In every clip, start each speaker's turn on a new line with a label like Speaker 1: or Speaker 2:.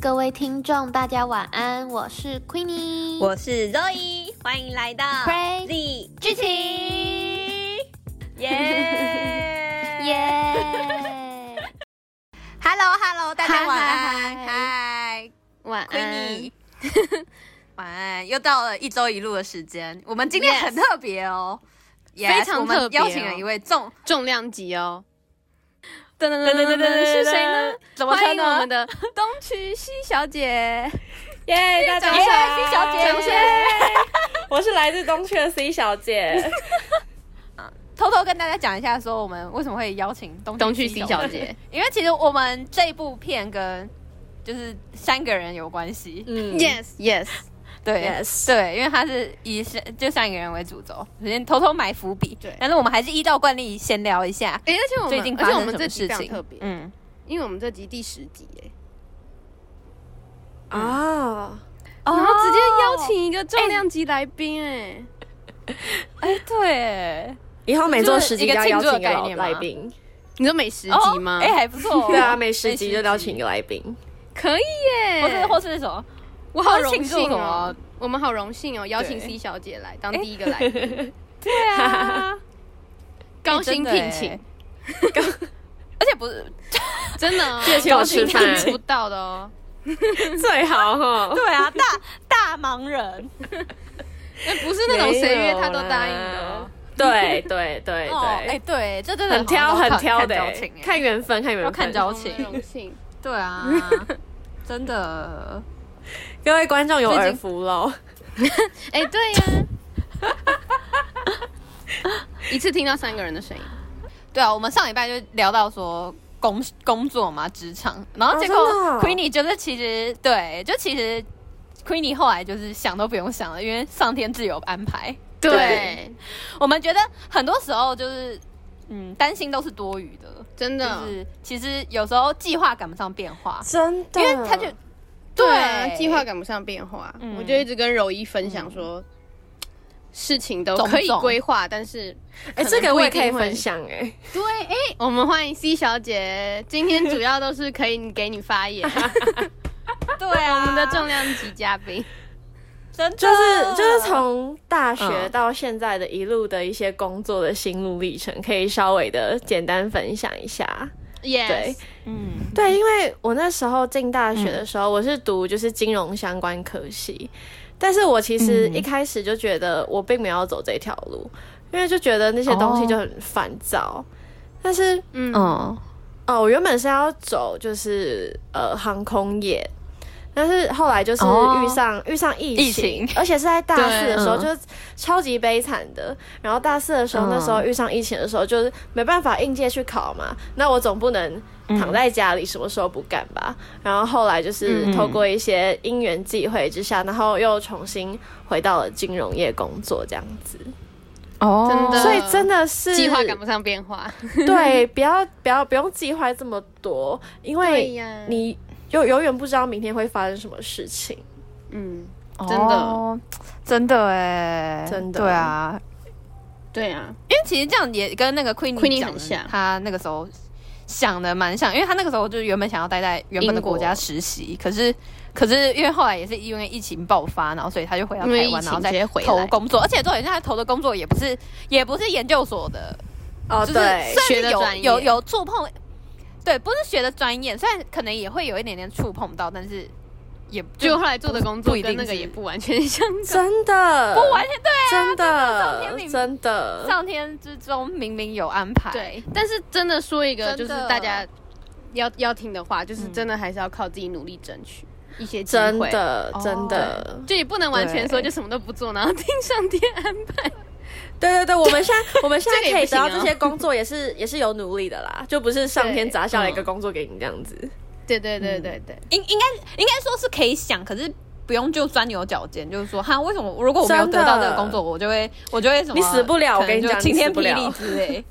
Speaker 1: 各位听众，大家晚安，我是 Queenie，
Speaker 2: 我是 Zoe，欢迎来到
Speaker 1: Crazy
Speaker 2: 剧情， 耶耶
Speaker 1: 耶，
Speaker 2: ，Hello Hello，大家晚
Speaker 1: 嗨
Speaker 2: 安，
Speaker 1: 嗨
Speaker 2: 嗨
Speaker 1: 晚安
Speaker 2: Queenie，晚
Speaker 3: 嗯
Speaker 2: 安，又到了一周一路的时间，我们今天
Speaker 3: Yes
Speaker 2: 很特别哦。Yes，
Speaker 3: 非常
Speaker 2: 我们
Speaker 3: 特别哦
Speaker 2: 邀请了一位重
Speaker 3: 重量级哦。噔噔噔噔噔噔，是谁呢？？
Speaker 2: 怎么
Speaker 3: 欢
Speaker 2: 称
Speaker 3: 迎
Speaker 2: 呢？
Speaker 3: 我们的东区西小姐，耶！大家
Speaker 2: 掌声
Speaker 3: 好，
Speaker 2: 西小姐
Speaker 3: 掌 声
Speaker 4: 我是来自东区的 C 小姐，
Speaker 2: 啊偷偷跟大家讲一下，说我们为什么会邀请东
Speaker 3: 东
Speaker 2: 区
Speaker 3: 区
Speaker 2: 西
Speaker 3: 西
Speaker 2: 小
Speaker 3: 小
Speaker 2: 姐，
Speaker 3: 姐，
Speaker 2: 因为其实我们这部片跟就是三个人有关系，
Speaker 4: 嗯
Speaker 3: yes yes，
Speaker 2: 对
Speaker 4: Yes
Speaker 2: 对，因为它是以是就三个人为主轴，先偷偷埋伏笔，
Speaker 3: 对
Speaker 2: 但是我们还是依照惯例闲聊一下
Speaker 3: 哎，而且我
Speaker 2: 最近
Speaker 3: 们
Speaker 2: 发
Speaker 3: 而且
Speaker 2: 生
Speaker 3: 我
Speaker 2: 什
Speaker 3: 们
Speaker 2: 么
Speaker 3: 这集
Speaker 2: 事
Speaker 3: 非常
Speaker 2: 情，
Speaker 3: 特别，
Speaker 2: 嗯，
Speaker 3: 因为我们这集第十集哎，
Speaker 4: 啊，
Speaker 3: 然后直接邀
Speaker 2: 哦，
Speaker 3: 请一个重量级来宾哎，
Speaker 2: 哎，对，
Speaker 4: 以后每做十集
Speaker 2: 就
Speaker 4: 就
Speaker 2: 一
Speaker 4: 是要
Speaker 2: 个
Speaker 4: 邀
Speaker 2: 庆祝
Speaker 4: 请
Speaker 2: 的
Speaker 4: 一个
Speaker 2: 概
Speaker 4: 老
Speaker 2: 念吗
Speaker 4: 来宾，
Speaker 3: 你说美食
Speaker 2: 哦
Speaker 3: 集吗？
Speaker 2: 哎，，还不错，
Speaker 4: 对啊，每十集就邀请一个来宾，
Speaker 3: 可以
Speaker 2: 或是
Speaker 3: 耶，
Speaker 2: 或是什么，
Speaker 3: 我好
Speaker 2: 或是庆
Speaker 3: 荣
Speaker 2: 祝
Speaker 3: 幸
Speaker 2: 什么
Speaker 3: 哦，我们好荣幸哦，邀请
Speaker 2: 对
Speaker 3: C 小姐来当第一个来宾，
Speaker 2: 对啊，
Speaker 3: 高薪聘请
Speaker 2: 哎。，真的哎而且不是
Speaker 3: 真的、哦，
Speaker 4: 借钱我吃饭
Speaker 3: 不到的哦。
Speaker 4: 最好哈。
Speaker 2: 对啊，大大忙人，
Speaker 3: 哎，不是那种谁约他都答应的、哦。
Speaker 4: 对对对
Speaker 2: 哦，哎，
Speaker 4: 对，
Speaker 2: 对，这真的
Speaker 4: 很挑
Speaker 2: 好像
Speaker 4: 很
Speaker 2: 要
Speaker 4: 挑
Speaker 2: 看
Speaker 4: 的
Speaker 2: 看
Speaker 4: 欸
Speaker 2: 交情，哎，
Speaker 4: 看缘分，看缘
Speaker 2: 要
Speaker 4: 分，
Speaker 2: 看交情，
Speaker 3: 荣幸，
Speaker 2: 对 啊，真的，
Speaker 4: 各位观众有
Speaker 2: 最近
Speaker 4: 耳福喽，
Speaker 3: 哎、对呀、 一次听到三个人的声音，
Speaker 2: 对啊，我们上礼拜就聊到说工工作嘛，职场，然后结果、
Speaker 4: 哦真的哦
Speaker 2: Queenie 就是其实对，就其实 Queenie 后来就是想都不用想了，因为上天自有安排。
Speaker 3: 对，
Speaker 2: 我们觉得很多时候就是嗯，担心都是多余的，
Speaker 3: 真的，
Speaker 2: 就是其实有时候计划赶不上变化，
Speaker 4: 真的，
Speaker 2: 因为他就
Speaker 4: 哎
Speaker 3: 对啊，
Speaker 2: 对
Speaker 3: 计划赶不上变化，
Speaker 2: 嗯
Speaker 3: 我就一直跟柔一分享说。事情都
Speaker 2: 种
Speaker 3: 可以
Speaker 2: 种
Speaker 3: 规划，但是
Speaker 4: 哎，这个我也可以分享哎，
Speaker 3: 对，哎、我们欢迎 C 小姐，今天主要都是可以给你发言，
Speaker 2: 对啊，
Speaker 3: 我们的重量级嘉宾，
Speaker 2: 真的
Speaker 4: 就是就是从大学
Speaker 2: 嗯
Speaker 4: 到现在的一路的一些工作的心路历程，可以稍微的简单分享一下。
Speaker 3: yes,
Speaker 4: 对，
Speaker 2: 嗯。
Speaker 4: 对，因为我那时候进大学的时候，我是读就是金融相关科系，但是我其实
Speaker 2: 嗯
Speaker 4: 一开始就觉得我并没有要走这条路，因为就觉得那些东
Speaker 2: 哦
Speaker 4: 西就很烦躁。但是
Speaker 3: 嗯，
Speaker 2: 嗯，
Speaker 4: 哦，我原本是要走就是呃航空业，但是后来就是
Speaker 2: 哦
Speaker 4: 遇上、遇上疫情，
Speaker 2: 疫情
Speaker 4: 而且是在大四的时候，
Speaker 2: 对嗯
Speaker 4: 就是超级悲惨的。然后大四的时候，
Speaker 2: 嗯
Speaker 4: 那时候遇上疫情的时候，就是没办法应届去考嘛，那我总不能
Speaker 2: 嗯
Speaker 4: 躺在家里什么时候不干吧？然后后来就是
Speaker 2: 嗯
Speaker 4: 透过一些因缘际会之下，然后又重新回到了金融业工作这样子。
Speaker 2: 哦
Speaker 3: 真的
Speaker 4: 所以真的是
Speaker 3: 计划赶不上变化，
Speaker 4: 对，不要不要不用计划这么多，因
Speaker 3: 对
Speaker 4: 为
Speaker 3: 呀
Speaker 4: 你就永远不知道明天会发生什么事情。
Speaker 3: 嗯，
Speaker 2: 真
Speaker 3: 真的
Speaker 4: 哦
Speaker 2: 真的哎，
Speaker 4: 真的
Speaker 2: 对啊，
Speaker 3: 对啊，
Speaker 2: 因为其实这样也跟那个 Queen
Speaker 3: Queenie
Speaker 2: 讲的
Speaker 3: 很像
Speaker 2: 他那个时候想的蛮像，因为他那个时候就是原本想要待在原本的
Speaker 3: 英国
Speaker 2: 国家实习，可是可是因为后来也是因为疫情爆发，然后所以他就回到
Speaker 3: 因为
Speaker 2: 台
Speaker 3: 疫
Speaker 2: 湾，然后
Speaker 3: 情直
Speaker 2: 再
Speaker 3: 接回
Speaker 2: 投
Speaker 3: 来，
Speaker 2: 工作，而且重点是他投的工作也不是也不是研究所的，
Speaker 4: 哦，
Speaker 2: 就是
Speaker 4: 对，
Speaker 2: 虽
Speaker 3: 学
Speaker 2: 然
Speaker 3: 的
Speaker 2: 有
Speaker 3: 专业
Speaker 2: 有有触碰，对，不是学的专业，虽然可能也会有一点点触碰到，但是也
Speaker 3: 就后来做的工作
Speaker 2: 不一定
Speaker 3: 跟那个
Speaker 2: 是
Speaker 3: 也不完全相同。
Speaker 4: 真的
Speaker 2: 不完全啊对
Speaker 4: 真
Speaker 2: 这个上天
Speaker 4: 的
Speaker 2: 命
Speaker 4: 真的，
Speaker 2: 上天之中明明有安排，
Speaker 3: 对，但是真的说一个，
Speaker 2: 真
Speaker 3: 就是
Speaker 2: 的
Speaker 3: 大家要要听的话，就是
Speaker 2: 嗯
Speaker 3: 真的还是要靠自己努力争取一些机
Speaker 4: 真
Speaker 3: 会。
Speaker 2: 哦
Speaker 4: 的真的。
Speaker 3: 就也不能完全说
Speaker 2: 对
Speaker 3: 就什么都不做，然后听上天安 排。
Speaker 4: 对对对，我们现在我们现
Speaker 3: 这个
Speaker 4: 在
Speaker 3: 也
Speaker 4: 可以
Speaker 3: 不行
Speaker 4: 得到
Speaker 3: 哦
Speaker 4: 这些工作，也是 也是有努力的啦，就不是上天
Speaker 3: 对
Speaker 4: 砸下来一个
Speaker 3: 嗯
Speaker 4: 工作给你这样子。
Speaker 3: 对对对对对，
Speaker 2: 应应该应该说是可以想，可是不用就钻牛角尖，就是说哈，为什么我如果我没有
Speaker 4: 真的
Speaker 2: 得到这个工作，我就会我就会什么？
Speaker 4: 你死不了我跟你讲
Speaker 2: 可能就晴天
Speaker 4: 你死不
Speaker 2: 霹
Speaker 4: 了
Speaker 2: 雳之 类。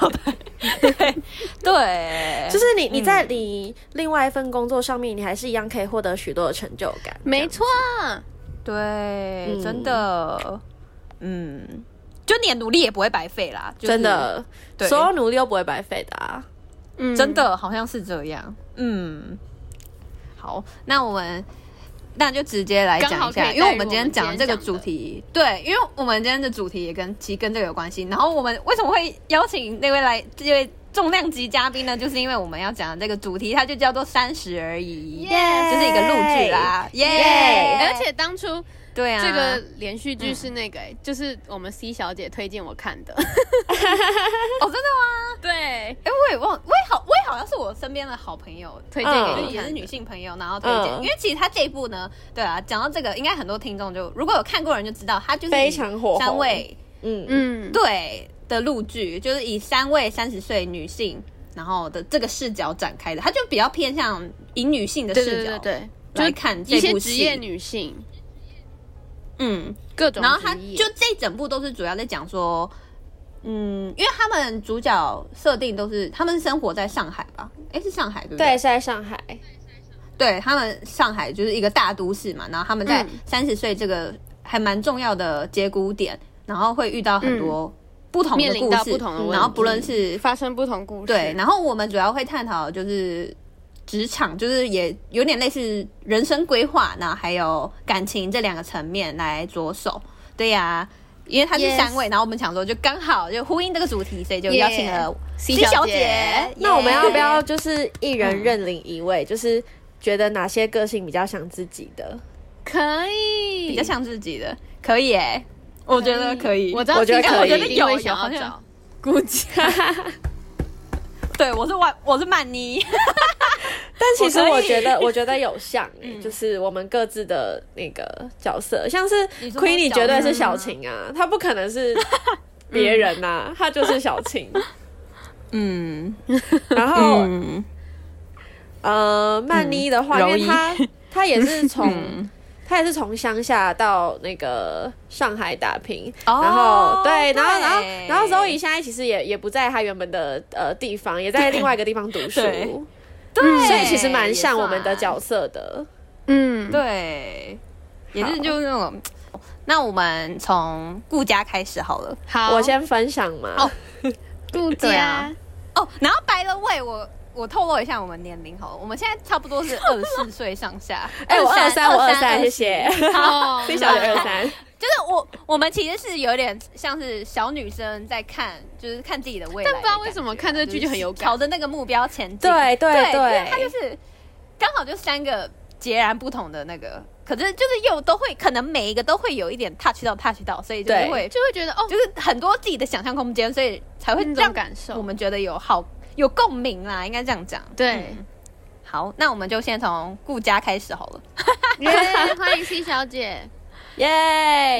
Speaker 2: 对对对，
Speaker 4: 就是你你在你另外一份工作上面，你还是一样可以获得许多的成就感。
Speaker 3: 没错，
Speaker 2: 对，真的，嗯，就你的努力也不会白费啦，就是
Speaker 4: 真，的，
Speaker 2: 对
Speaker 4: 所有努力都不会白费的啊。
Speaker 3: 嗯
Speaker 2: 真，的好像是这样，嗯。好，那我们那就直接来
Speaker 3: 刚
Speaker 2: 讲
Speaker 3: 好
Speaker 2: 一下，
Speaker 3: 可以
Speaker 2: 因为
Speaker 3: 带
Speaker 2: 我们今
Speaker 3: 入我
Speaker 2: 天
Speaker 3: 们
Speaker 2: 讲
Speaker 3: 今
Speaker 2: 这
Speaker 3: 天
Speaker 2: 个
Speaker 3: 讲
Speaker 2: 主
Speaker 3: 的
Speaker 2: 题，对，因为我们今天的主题也跟其实跟这个有关系。然后我们为什么会邀请那位来这位重量级嘉宾呢？就是因为我们要讲的这个主题，它就叫做三十而已，就是一个录制啦，耶、
Speaker 3: 哎而且当初
Speaker 2: 对啊，
Speaker 3: 这个连续剧是那个、欸就是我们 C 小姐推荐我看的。
Speaker 2: 哦，真的吗？
Speaker 3: 对，
Speaker 2: 哎、我也忘，我也好，我也好像是我身边的好朋友推荐
Speaker 4: 嗯
Speaker 2: 给就是也是女性朋友，然后推荐。
Speaker 4: 嗯
Speaker 2: 因为其实他这一部呢，对啊，讲到这个，应该很多听众就如果有看过的人就知道，他就是
Speaker 4: 非常火红
Speaker 2: 三位
Speaker 4: 嗯嗯，
Speaker 3: 嗯，
Speaker 2: 对的录剧，就是以三位三十岁女性然后的这个视角展开的，它就比较偏向以女性的
Speaker 3: 对
Speaker 2: 视
Speaker 3: 对
Speaker 2: 角
Speaker 3: 对对，就
Speaker 2: 来
Speaker 3: 是
Speaker 2: 看这
Speaker 3: 一些
Speaker 2: 部
Speaker 3: 职业
Speaker 2: 戏。
Speaker 3: 女性，
Speaker 2: 嗯，
Speaker 3: 各种
Speaker 2: 然后他
Speaker 3: 职业
Speaker 2: 就这一整部都是主要在讲说，嗯，因为他们主角设定都是他们是生活在上海吧？哎，是上海对不
Speaker 4: 对，
Speaker 2: 对？
Speaker 4: 是在上海，
Speaker 2: 对他们上海就是一个大都市嘛，然后他们在
Speaker 3: 嗯
Speaker 2: 三十岁这个还蛮重要的节骨点，然后会遇到很多不同
Speaker 3: 嗯面
Speaker 2: 的
Speaker 3: 临
Speaker 2: 故
Speaker 3: 到
Speaker 2: 事，
Speaker 3: 不同的问题，
Speaker 2: 然后不论是
Speaker 3: 发生不同故事，
Speaker 2: 对，然后我们主要会探讨就是职场，就是也有点类似人生规划，然后还有感情这两个层面来着手。对呀、因为他是
Speaker 3: Yes
Speaker 2: 三位然后我们想说就刚好就呼应这个主题，所以就
Speaker 3: Yeah
Speaker 2: 邀请了
Speaker 3: C
Speaker 2: 小
Speaker 3: 小
Speaker 2: 姐
Speaker 3: 姐。
Speaker 4: 那我们要不要
Speaker 2: Yeah
Speaker 4: 就是一人认领一位？就是觉得哪些个性比较像自己的？
Speaker 3: 可以
Speaker 2: 比较像自己的？可以哎、我觉得可以。
Speaker 3: 我知道
Speaker 4: 我觉得
Speaker 3: C 小
Speaker 4: 嗯可以
Speaker 3: 姐
Speaker 2: 我觉
Speaker 3: 一定
Speaker 2: 得有
Speaker 3: 会想
Speaker 2: 好
Speaker 3: 要
Speaker 2: 像
Speaker 3: 找，
Speaker 2: 估计，对我是万我是曼妮，
Speaker 4: 但其实
Speaker 2: 我可以嗯
Speaker 4: 我觉 得，我觉得有像、欸，就是我们各自的那个角色，像是
Speaker 2: 你说
Speaker 4: Queenie
Speaker 2: 小
Speaker 4: 绝对是
Speaker 2: 晴
Speaker 4: 小 晴啊，她不可能是别人呐、啊，她就是小 晴。
Speaker 2: 嗯
Speaker 4: 然后、
Speaker 2: 嗯，
Speaker 4: 呃，曼妮的话，因
Speaker 2: 柔嗯
Speaker 4: 为
Speaker 2: 一
Speaker 4: 她 她也 是从她也是从乡下到那个上海打拼，
Speaker 2: 哦
Speaker 4: 然后对，然后
Speaker 2: 对
Speaker 4: 然后然后 Zoe 现在其实也也不在她原本的呃地方，也在另外一个地方读书，
Speaker 2: 对
Speaker 4: 嗯
Speaker 2: 对
Speaker 4: 所以其实蛮像我们的
Speaker 2: 也算
Speaker 4: 角色的。
Speaker 3: 嗯，
Speaker 2: 对，也是
Speaker 4: 好
Speaker 2: 就是那
Speaker 4: 嗯
Speaker 2: 种。那我们从顾家开始好了
Speaker 3: 好，
Speaker 4: 我先分享嘛，
Speaker 2: 哦
Speaker 3: 顾
Speaker 2: 对
Speaker 3: 家
Speaker 2: 啊，哦。然后白了位，我我透露一下我们年龄好了，我们现在差不多是二十四岁上下。
Speaker 4: 哎，我二三，我二三，谢
Speaker 2: 24
Speaker 4: 谢。
Speaker 3: 好
Speaker 4: C 小姐二三，
Speaker 2: 就是我我们其实是有点像是小女生在看，就是看自己的未来的感觉啊。
Speaker 3: 但不知道为什么看这个剧就很有感
Speaker 2: 朝着那个目标前进。
Speaker 4: 对对
Speaker 2: 对，因为
Speaker 4: 对
Speaker 2: 它就是刚好就三个截然不同的那个，可是就是又都会，可能每一个都会有一点 touch 到 touch 到，所以就是
Speaker 4: 对
Speaker 2: 会
Speaker 3: 就会觉得哦，
Speaker 2: 就是很多自己的想象空间，所以才会
Speaker 3: 那
Speaker 2: 让
Speaker 3: 种感受
Speaker 2: 我们觉得有好有共鸣啦，应该这样讲。
Speaker 3: 对，
Speaker 2: 嗯 好，那我们就先从顾家开始好了。
Speaker 3: 耶欢迎 C 小姐，
Speaker 4: 耶！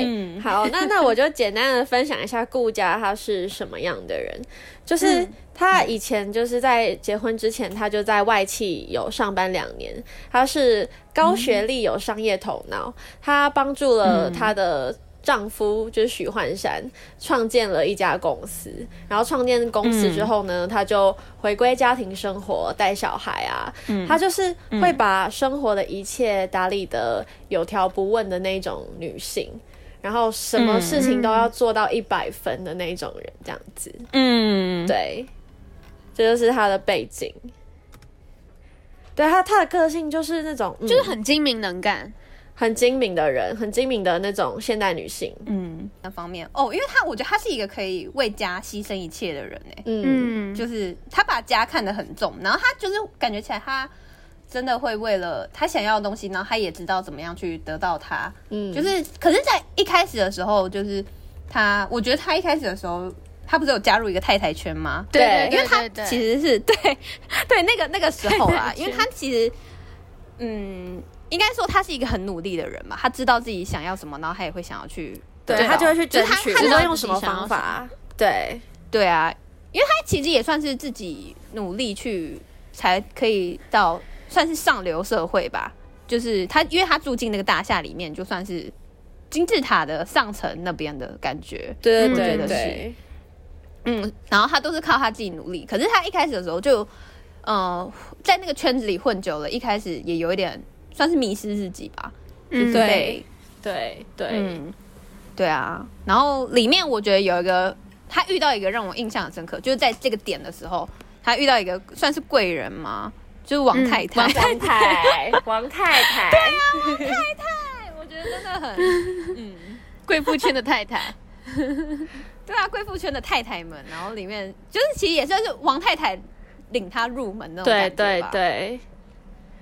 Speaker 2: 嗯
Speaker 4: 好，那那我就简单的分享一下顾佳他是什么样的人，就是他以前就是在结婚之前，他就在外企有上班两年，他是高学历有商业头脑，他帮助了他的。丈夫就是许幻山，创建了一家公司，然后创建公司之后呢，他就回归家庭生活，带小孩啊，她就是会把生活的一切打理的有条不紊的那种女性，然后什么事情都要做到一百分的那种人，这样子。
Speaker 2: 嗯，
Speaker 4: 对，这就是她的背景。对她，她的个性就是那种，嗯、
Speaker 3: 就是很精明能干，
Speaker 4: 很精明的人，很精明的那种现代女性。
Speaker 2: 嗯，那方面哦，因为他我觉得他是一个可以为家牺牲一切的人哎、
Speaker 4: 嗯，
Speaker 3: 嗯，
Speaker 2: 就是他把家看得很重，然后他就是感觉起来他真的会为了他想要的东西，然后他也知道怎么样去得到它，
Speaker 4: 嗯
Speaker 2: 就是可是，在一开始的时候，就是他，我觉得他一开始的时候，他不是有加入一个太太圈吗？
Speaker 3: 对
Speaker 4: 对
Speaker 3: 对，
Speaker 2: 因为他
Speaker 3: 对对
Speaker 2: 其实是对 对那个那个时候啊
Speaker 3: 太，
Speaker 2: 因为他其实嗯，应该说他是一个很努力的人嘛，他知道自己想要什么，然后他也会想要去
Speaker 4: 对
Speaker 2: 得到
Speaker 4: 她就会去争
Speaker 2: 就是
Speaker 4: 取，
Speaker 2: 他
Speaker 4: 知
Speaker 2: 他
Speaker 4: 道
Speaker 2: 的
Speaker 4: 用什么方法。对，
Speaker 2: 对啊，因为他其实也算是自己努力去才可以到算是上流社会吧，就是他因为他住进那个大厦里面，就算是金字塔的上层那边的感觉，
Speaker 3: 嗯
Speaker 4: 对对
Speaker 3: 我觉
Speaker 4: 对
Speaker 3: 得
Speaker 4: 对，
Speaker 2: 嗯，然后他都是靠他自己努力。可是他一开始的时候就，呃，在那个圈子里混久了，一开始也有一点算是迷失自己吧，就是
Speaker 3: 嗯
Speaker 4: 对
Speaker 2: 被
Speaker 4: 对对，
Speaker 2: 嗯，对啊。然后里面我觉得有一个，他遇到一个让我印象很深刻，就是在这个点的时候，他遇到一个算是贵人嘛，就是王太太，
Speaker 3: 王
Speaker 4: 嗯王太， 王太太，对啊，
Speaker 2: 我觉得真的很，嗯，
Speaker 3: 贵妇圈的太太，
Speaker 2: 对啊，贵妇圈的太太们，然后里面就是其实也算是王太太领她入门那种
Speaker 4: 对啊
Speaker 2: 感觉
Speaker 4: 对
Speaker 2: 吧，
Speaker 4: 对。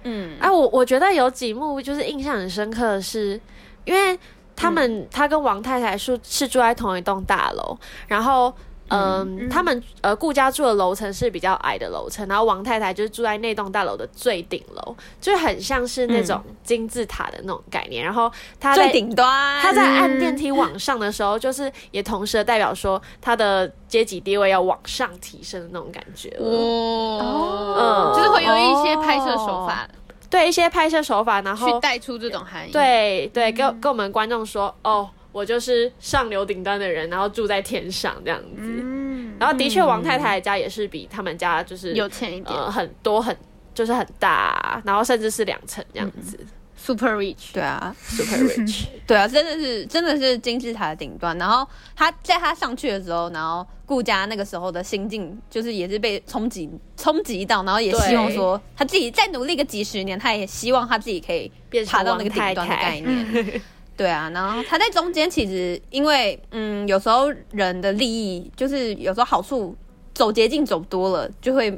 Speaker 2: 嗯，
Speaker 3: 啊
Speaker 4: 哎、我我觉得有几幕就是印象很深刻的是，因为他们、他跟王太太是是住在同一栋大楼，然后。嗯，他们呃，顾家住的楼层是比较矮的楼层，然后王太太就是住在那栋大楼的最顶楼，就很像是那种金字塔的那种概念。然后她在
Speaker 2: 最顶端，嗯
Speaker 4: 她在按电梯往上的时候，就是也同时地代表说她的阶级地位要往上提升的那种感觉了。
Speaker 2: 嗯
Speaker 3: 哦，就是会有一些拍摄手
Speaker 2: 哦
Speaker 3: 法
Speaker 4: 对一些拍摄手法，然后
Speaker 3: 去带出这种含义。，
Speaker 4: 哦对对，
Speaker 2: 嗯
Speaker 4: 跟跟我们观众说，哦，我就是上流顶端的人，然后住在天上这样子。
Speaker 3: 嗯，
Speaker 4: 然后的确，王太太家也是比他们家就是
Speaker 3: 有钱一点
Speaker 4: 呃很多很就是很大，然后甚至是两层这样子、
Speaker 2: 嗯
Speaker 3: ，super rich。
Speaker 2: 对啊，
Speaker 4: s u p e r rich。
Speaker 2: 对啊，真的是真的是金字塔的顶端。然后他在他上去的时候，然后顾家那个时候的心境就是也是被冲击冲击到，然后也希望说他自己再努力个几十年，他也希望他自己可以
Speaker 4: 变成
Speaker 2: 爬到那个顶
Speaker 4: 王太
Speaker 2: 端的概
Speaker 4: 太
Speaker 2: 念。 对啊，然后他在中间其实因为嗯，有时候人的利益就是有时候好处走捷径走多了，就会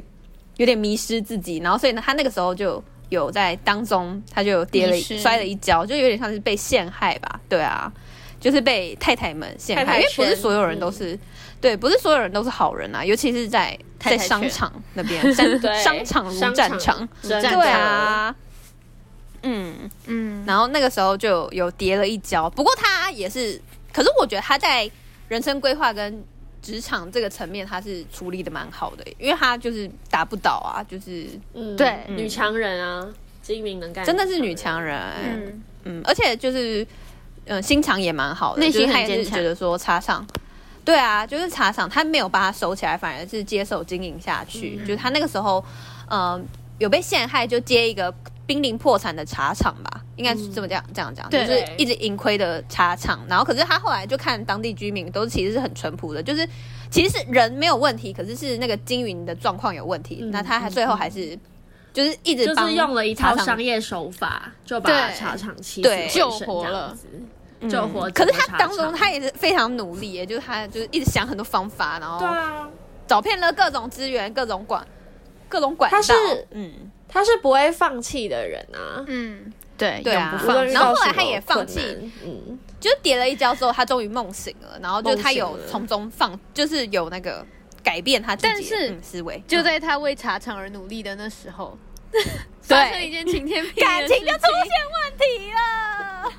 Speaker 2: 有点迷失自己，然后所以呢，他那个时候就有在当中，他就有跌了
Speaker 3: 迷失
Speaker 2: 摔了一跤，就有点像是被陷害吧，对啊，就是被太太嗯们陷害，
Speaker 4: 太太
Speaker 2: 因为不
Speaker 4: 圈
Speaker 2: 是所有人都是、对，不是所有人都是好人啊，尤其是在
Speaker 3: 太太
Speaker 2: 在
Speaker 3: 圈
Speaker 2: 商场那边， 商
Speaker 4: 对
Speaker 2: 商场如
Speaker 4: 商
Speaker 2: 战
Speaker 4: 场
Speaker 2: 场，
Speaker 4: 真
Speaker 3: 战
Speaker 4: 的
Speaker 2: 对啊，嗯。
Speaker 3: 嗯，
Speaker 2: 然后那个时候就有有跌了一跤，不过他也是，可是我觉得他在人生规划跟职场这个层面，他是处理的蛮好的，因为他就是打不倒啊，就是
Speaker 4: 嗯
Speaker 3: 对
Speaker 4: 女强人啊，精明能干，
Speaker 2: 真的是女强人，嗯
Speaker 3: 嗯，
Speaker 2: 而且就是嗯心肠也蛮好的，
Speaker 3: 内心
Speaker 2: 就是他
Speaker 3: 很
Speaker 2: 也
Speaker 3: 坚
Speaker 2: 是
Speaker 3: 强
Speaker 2: 觉得说茶厂，对啊，就是茶厂，他没有把它收起来，反而是接手经营下去，就是他那个时候，嗯、有被陷害就接一个濒临破产的茶厂吧，应该是
Speaker 4: 嗯
Speaker 2: 这么讲、这样讲，就
Speaker 3: 对
Speaker 2: 是一直盈亏的茶厂。然后可是他后来就看当地居民都其实是很淳朴的，就是其实是人没有问题，可是是那个经营的状况有问题。那他还最后还是。就是一直
Speaker 4: 嗯就是
Speaker 2: 帮
Speaker 4: 用了一
Speaker 2: 茶
Speaker 4: 套
Speaker 2: 厂
Speaker 4: 商业手法，就把
Speaker 3: 对
Speaker 4: 茶厂气
Speaker 2: 对嗯
Speaker 3: 救活了，
Speaker 4: 救活整个
Speaker 2: 可
Speaker 4: 茶厂。
Speaker 2: 是他当中他也是非常努力耶，就是他就是一直想很多方法，然后
Speaker 4: 对啊，
Speaker 2: 找遍了各种资源、各种管、各种管道。
Speaker 4: 他是
Speaker 2: 嗯，
Speaker 4: 他是不会放弃的人啊。
Speaker 3: 嗯，对，
Speaker 2: 对啊
Speaker 3: 永不
Speaker 4: 无
Speaker 3: 放
Speaker 4: 论
Speaker 3: 弃
Speaker 4: 遇
Speaker 2: 然后
Speaker 4: 到
Speaker 2: 后来
Speaker 4: 什么
Speaker 2: 他也放弃
Speaker 4: 困难，嗯，
Speaker 2: 就是跌了一跤之后，他终于梦醒了，然后就他有
Speaker 4: 梦醒了
Speaker 2: 从中放，就是有那个改变他自己的
Speaker 3: 但是
Speaker 2: 嗯思维，
Speaker 3: 就
Speaker 2: 嗯
Speaker 3: 在他为茶厂而努力的那时候，发生一件晴天霹雳的
Speaker 2: 感情就
Speaker 3: 事
Speaker 2: 出现问题了。嗯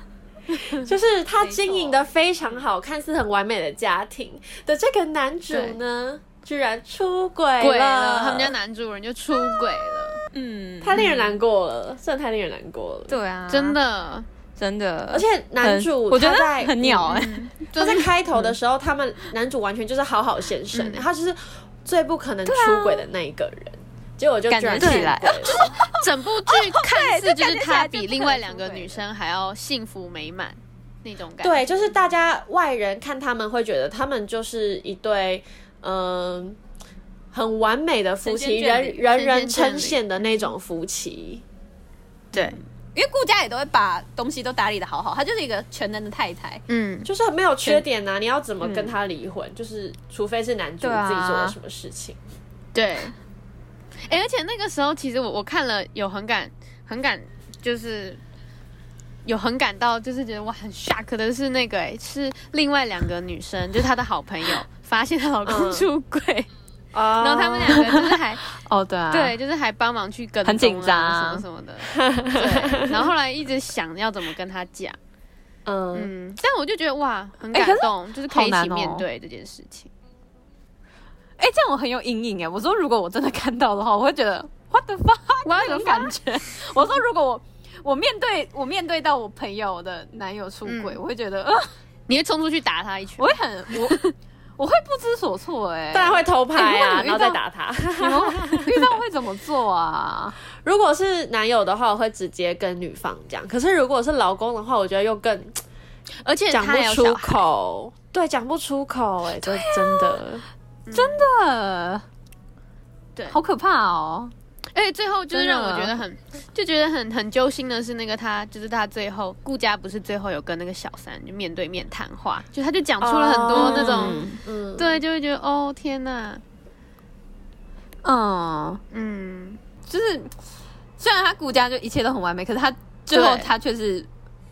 Speaker 4: 就是他经营的非常好，看似很完美的家庭的这个男主呢，居然出轨
Speaker 3: 鬼
Speaker 4: 了，
Speaker 3: 了，他们家男主人就出轨了，
Speaker 2: 嗯，
Speaker 4: 太令人难过了，真的太令人难过了。，
Speaker 2: 对啊，
Speaker 3: 真的，
Speaker 2: 真的，
Speaker 4: 而且男
Speaker 2: 很
Speaker 4: 主
Speaker 2: 我觉
Speaker 4: 他
Speaker 2: 得
Speaker 4: 在嗯
Speaker 2: 很鸟哎、
Speaker 4: 他在开头的时候，他们男主完全就是好好先生、他就是最不可能出轨的那一个人。结果就居然
Speaker 2: 感觉起来
Speaker 4: 出轨了
Speaker 3: 整部剧看似就是他比另外两个
Speaker 2: 对
Speaker 3: 女生还要幸福美满那种感觉，
Speaker 4: 对，就是大家外人看他们会觉得他们就是一对，嗯、很完美的夫妻，
Speaker 2: 神仙眷
Speaker 4: 人
Speaker 2: 侣
Speaker 4: 人
Speaker 3: 神仙眷侣
Speaker 4: 人称羡的那种夫妻。
Speaker 3: 对，
Speaker 2: 因为顾家也都会把东西都打理的好好，她就是一个全能的太太。
Speaker 3: 嗯，
Speaker 4: 就是没有缺点啊呐、你要怎么跟他离婚？就是除非是男主
Speaker 2: 对啊
Speaker 4: 自己做了什么事情，
Speaker 3: 对，哎，而且那个时候其实我我看了有很感很感就是。有很感到，就是觉得我很 shock 的是那个、诶是另外两个女生，就是她的好朋友，发现她老公
Speaker 4: 嗯
Speaker 3: 出轨，
Speaker 4: 啊
Speaker 3: 然后他们两个就是还
Speaker 2: 哦，对啊
Speaker 3: 对，，就是还帮忙去跟、啊、
Speaker 2: 很紧张啊
Speaker 3: 什么什么的。对，然后后来一直想要怎么跟他讲，
Speaker 4: 嗯，
Speaker 3: 嗯，但我就觉得哇，很
Speaker 2: 哎
Speaker 3: 感
Speaker 2: 可是
Speaker 3: 动，就是可以一
Speaker 2: 好
Speaker 3: 起
Speaker 2: 难哦
Speaker 3: 面对这件事情。
Speaker 2: 哎、这样我很有阴影哎。我说如果我真的看到的话，我会觉得 what the fuck，
Speaker 3: 我要
Speaker 2: 那种
Speaker 3: 赢
Speaker 2: 感觉。我说如果我我面对我面对到我朋友我的男友出轨，
Speaker 3: 嗯
Speaker 2: 我会觉得呃，
Speaker 3: 你会冲出去打他一拳
Speaker 2: 我，会很我我会不知所措 哎。
Speaker 4: 当然会偷拍啊，
Speaker 2: 哎如果你遇
Speaker 4: 然
Speaker 2: 到
Speaker 4: 后再打他。
Speaker 2: 你们会遇到会怎么做啊？
Speaker 4: 如果是男友的话，我会直接跟女方讲；可是如果是老公的话，我觉得又更
Speaker 3: 而且
Speaker 4: 讲
Speaker 3: 他
Speaker 4: 不
Speaker 3: 还有
Speaker 4: 出
Speaker 3: 小孩，
Speaker 4: 口。对，讲不出口、哎、这真的。
Speaker 2: 呃，
Speaker 3: 对
Speaker 2: 好可怕哦。
Speaker 3: 而且最后就是让我
Speaker 2: 真的
Speaker 3: 觉得很，就觉得很很揪心的是，那个他就是他最后顾家不是最后有跟那个小三就面对面谈话，就他就讲出了很多
Speaker 4: 哦
Speaker 3: 那种，
Speaker 2: 嗯
Speaker 4: 嗯，
Speaker 3: 对，就会觉得哦天呐，
Speaker 2: 嗯，
Speaker 3: 嗯，
Speaker 2: 就是虽然他顾家就一切都很完美，可是他最后
Speaker 3: 对
Speaker 2: 他却是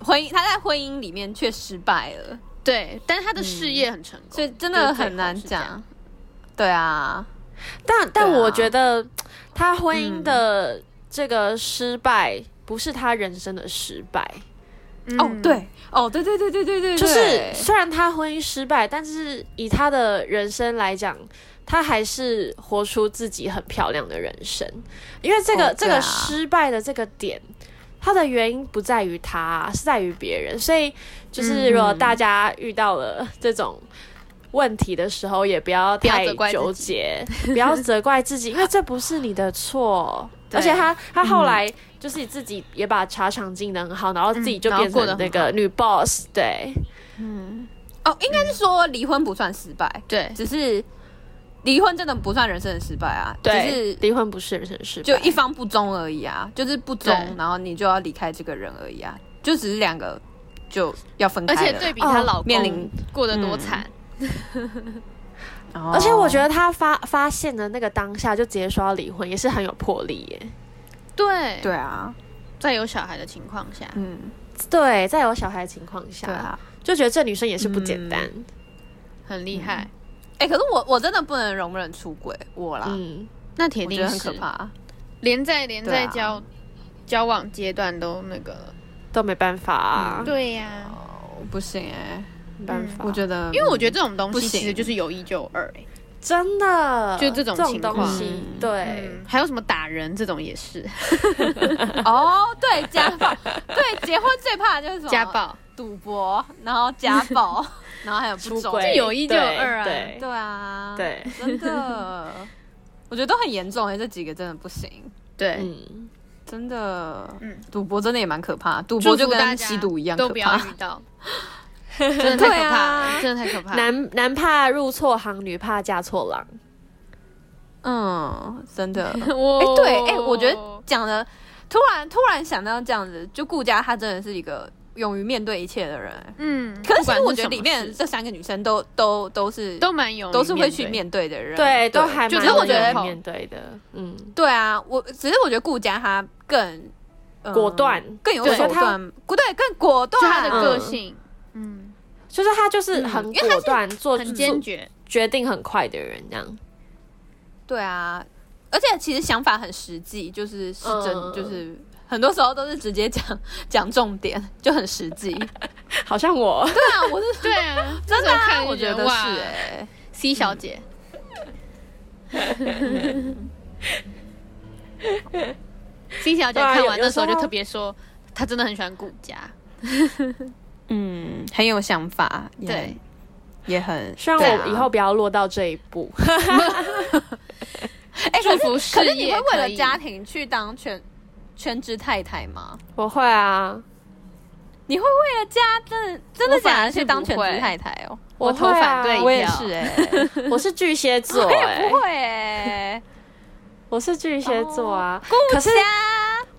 Speaker 2: 婚姻，他在婚姻里面却失败了，
Speaker 3: 对，但是他的事业很成功，
Speaker 2: 嗯所以真
Speaker 3: 哦
Speaker 2: 的
Speaker 3: 就是最
Speaker 2: 很
Speaker 3: 后
Speaker 2: 难
Speaker 3: 是这样
Speaker 2: 讲。对啊，
Speaker 4: 但但
Speaker 2: 对啊
Speaker 4: 我觉得他婚姻的这个失败不是他人生的失败，
Speaker 2: 哦
Speaker 3: 嗯，
Speaker 2: 对，哦，对对对对对对，
Speaker 4: 就是
Speaker 2: 对
Speaker 4: 虽然他婚姻失败，但是以他的人生来讲，他还是活出自己很漂亮的人生。因为这个、
Speaker 2: 哦
Speaker 4: 这
Speaker 2: 对
Speaker 4: 个
Speaker 2: 啊
Speaker 4: 失败的这个点，它的原因不在于他，是在于别人。所以
Speaker 3: 嗯
Speaker 4: 就是如果大家遇到了这种。问题的时候也不要
Speaker 3: 不要
Speaker 4: 太
Speaker 3: 责怪自己
Speaker 4: 纠结，
Speaker 3: 嗯
Speaker 4: 不要责怪自己，因为这不是你的 错。
Speaker 3: 对
Speaker 4: 而且他他后来就是自己也把茶厂经营的很好，然后自己
Speaker 3: 嗯
Speaker 4: 就
Speaker 3: 然后
Speaker 4: 变
Speaker 3: 过得
Speaker 4: 成那
Speaker 3: 很
Speaker 4: 个女 boss，对，
Speaker 2: 哦，应该是说离婚不算失败，
Speaker 3: 对，
Speaker 2: 只是离婚真的不算人生的失败啊，只
Speaker 4: 对
Speaker 2: 是，
Speaker 4: 离婚不是人生的失败，
Speaker 2: 就一方不忠而已啊，就是不忠
Speaker 3: 对，
Speaker 2: 然后你就要离开这个人而已啊，就只是两个就要分开
Speaker 3: 而
Speaker 2: 了
Speaker 3: 且对比她
Speaker 4: 哦
Speaker 3: 老
Speaker 2: 面
Speaker 3: 公
Speaker 2: 临嗯
Speaker 3: 过得多惨，
Speaker 2: 哦
Speaker 4: 而且我觉得他发发现的那个当下就直接说要离婚，也是很有魄力耶。
Speaker 3: 对，
Speaker 2: 对啊，
Speaker 3: 在有小孩的情况下，
Speaker 2: 嗯，
Speaker 4: 对，在有小孩的情况下，
Speaker 2: 对啊，
Speaker 4: 就觉得这女生也是不简单。
Speaker 3: 很厉害，
Speaker 2: 哎、可是我我真的不能容忍出轨，我啦，
Speaker 4: 嗯，
Speaker 3: 那铁
Speaker 2: 我
Speaker 3: 定
Speaker 2: 觉得很
Speaker 3: 是
Speaker 2: 可怕、啊。
Speaker 3: 连在连在
Speaker 2: 对啊
Speaker 3: 交、交往阶段都那个了。
Speaker 4: 都没办法、
Speaker 2: 嗯
Speaker 4: 啊，
Speaker 3: 对呀、
Speaker 2: 哦不行哎、
Speaker 4: 没办法。
Speaker 2: 我觉得，
Speaker 3: 嗯因为我觉得这种东
Speaker 2: 不
Speaker 3: 西
Speaker 2: 行
Speaker 3: 其实就是有一就有二、欸，
Speaker 4: 真的，
Speaker 3: 就这种
Speaker 4: 这
Speaker 3: 情
Speaker 4: 种
Speaker 3: 况
Speaker 4: 东西
Speaker 2: 嗯，
Speaker 4: 对，
Speaker 3: 嗯，还有什么打人这种也是
Speaker 2: 得 哦，对家 暴，对结婚最怕的就是什么
Speaker 3: 家、暴，
Speaker 2: 赌博，然后家 暴，然后还有不忠，
Speaker 4: 轨
Speaker 3: 就有一就有
Speaker 4: 对
Speaker 3: 二啊
Speaker 4: 对
Speaker 2: 对啊，，
Speaker 4: 对，
Speaker 2: 真 的，我觉得都很严重哎、这几个真的不行。
Speaker 3: 对，
Speaker 4: 嗯，
Speaker 2: 真的，
Speaker 3: 嗯
Speaker 2: 赌博真的也蛮可怕，赌
Speaker 3: 祝
Speaker 2: 博
Speaker 3: 福
Speaker 2: 就
Speaker 3: 大
Speaker 2: 跟
Speaker 3: 家
Speaker 2: 吸毒一样
Speaker 3: 都
Speaker 2: 可
Speaker 3: 不要
Speaker 2: 怕。
Speaker 3: 遇到，真的太可怕了，
Speaker 2: 对啊
Speaker 3: 真的太可怕了。
Speaker 4: 男男怕入错行，女怕嫁错郎。
Speaker 2: 嗯，真的。哎、
Speaker 3: 我
Speaker 2: 对，哎、我觉得讲的，突然突然想到这样子，就顾佳她真的是一个勇于面对一切的人。
Speaker 3: 嗯，
Speaker 2: 可是
Speaker 3: 不
Speaker 2: 其
Speaker 3: 管
Speaker 2: 实
Speaker 3: 是
Speaker 2: 我觉得
Speaker 3: 什么
Speaker 2: 里面
Speaker 3: 事
Speaker 2: 这三个女生都都都是
Speaker 3: 都蛮有，
Speaker 2: 都是会去面对的人，
Speaker 4: 对，都还
Speaker 3: 就
Speaker 4: 蛮
Speaker 3: 是我
Speaker 4: 有
Speaker 3: 觉得
Speaker 4: 人面对的，嗯，
Speaker 2: 对啊。我只是我觉得顾佳她更、呃
Speaker 4: 果断
Speaker 2: 更有
Speaker 4: 对
Speaker 2: 手
Speaker 4: 我觉得她
Speaker 2: 段，不对，更果
Speaker 3: 对，
Speaker 2: 断。
Speaker 3: 就他的个
Speaker 4: 嗯
Speaker 3: 性，嗯，
Speaker 4: 就是嗯他就是很
Speaker 2: 因为他
Speaker 4: 果断，做
Speaker 3: 很
Speaker 4: 做
Speaker 3: 坚决，
Speaker 4: 决定很快的人，这样。
Speaker 2: 对啊，而且其实想法很实际，就是是真，
Speaker 4: 嗯
Speaker 2: 就是很多时候都是直接讲讲重点，就很实际。 对
Speaker 4: 好像 我，
Speaker 2: 啊，我是
Speaker 3: 对啊，
Speaker 2: 真的、
Speaker 3: 那时候看
Speaker 2: 啊，
Speaker 3: 就
Speaker 2: 我觉得是
Speaker 3: 哇
Speaker 2: 哎、
Speaker 3: 欸 C 小姐，C 小姐
Speaker 4: 对啊
Speaker 3: 看
Speaker 4: 有
Speaker 3: 完那时候
Speaker 4: 有
Speaker 3: 就
Speaker 4: 时候
Speaker 3: 特别说，她真的很喜欢顾家。
Speaker 2: 嗯，很有想法，也
Speaker 3: 对，
Speaker 2: 也很
Speaker 4: 希望
Speaker 2: 对啊
Speaker 4: 我以后不要落到这一步。
Speaker 2: 哎、
Speaker 3: 祝
Speaker 2: 可
Speaker 3: 福
Speaker 2: 是可是
Speaker 3: 事
Speaker 2: 你
Speaker 3: 业
Speaker 2: 会为
Speaker 3: 可
Speaker 2: 了
Speaker 3: 以
Speaker 2: 家庭去当全全职太太吗？
Speaker 4: 我会啊，
Speaker 2: 你会为了家真的真的
Speaker 3: 我反
Speaker 2: 假
Speaker 3: 而
Speaker 2: 的
Speaker 3: 是
Speaker 2: 去当
Speaker 3: 不
Speaker 2: 全职
Speaker 3: 会
Speaker 2: 太太哦？
Speaker 3: 我投
Speaker 4: 会啊
Speaker 3: 反对
Speaker 2: 我
Speaker 3: 一
Speaker 2: 也
Speaker 3: 票，
Speaker 2: 是哎、
Speaker 4: 我是巨蟹座、
Speaker 2: 我也
Speaker 4: 欸
Speaker 2: 哎不，会哎、
Speaker 4: 我是巨蟹座啊。可是
Speaker 2: 家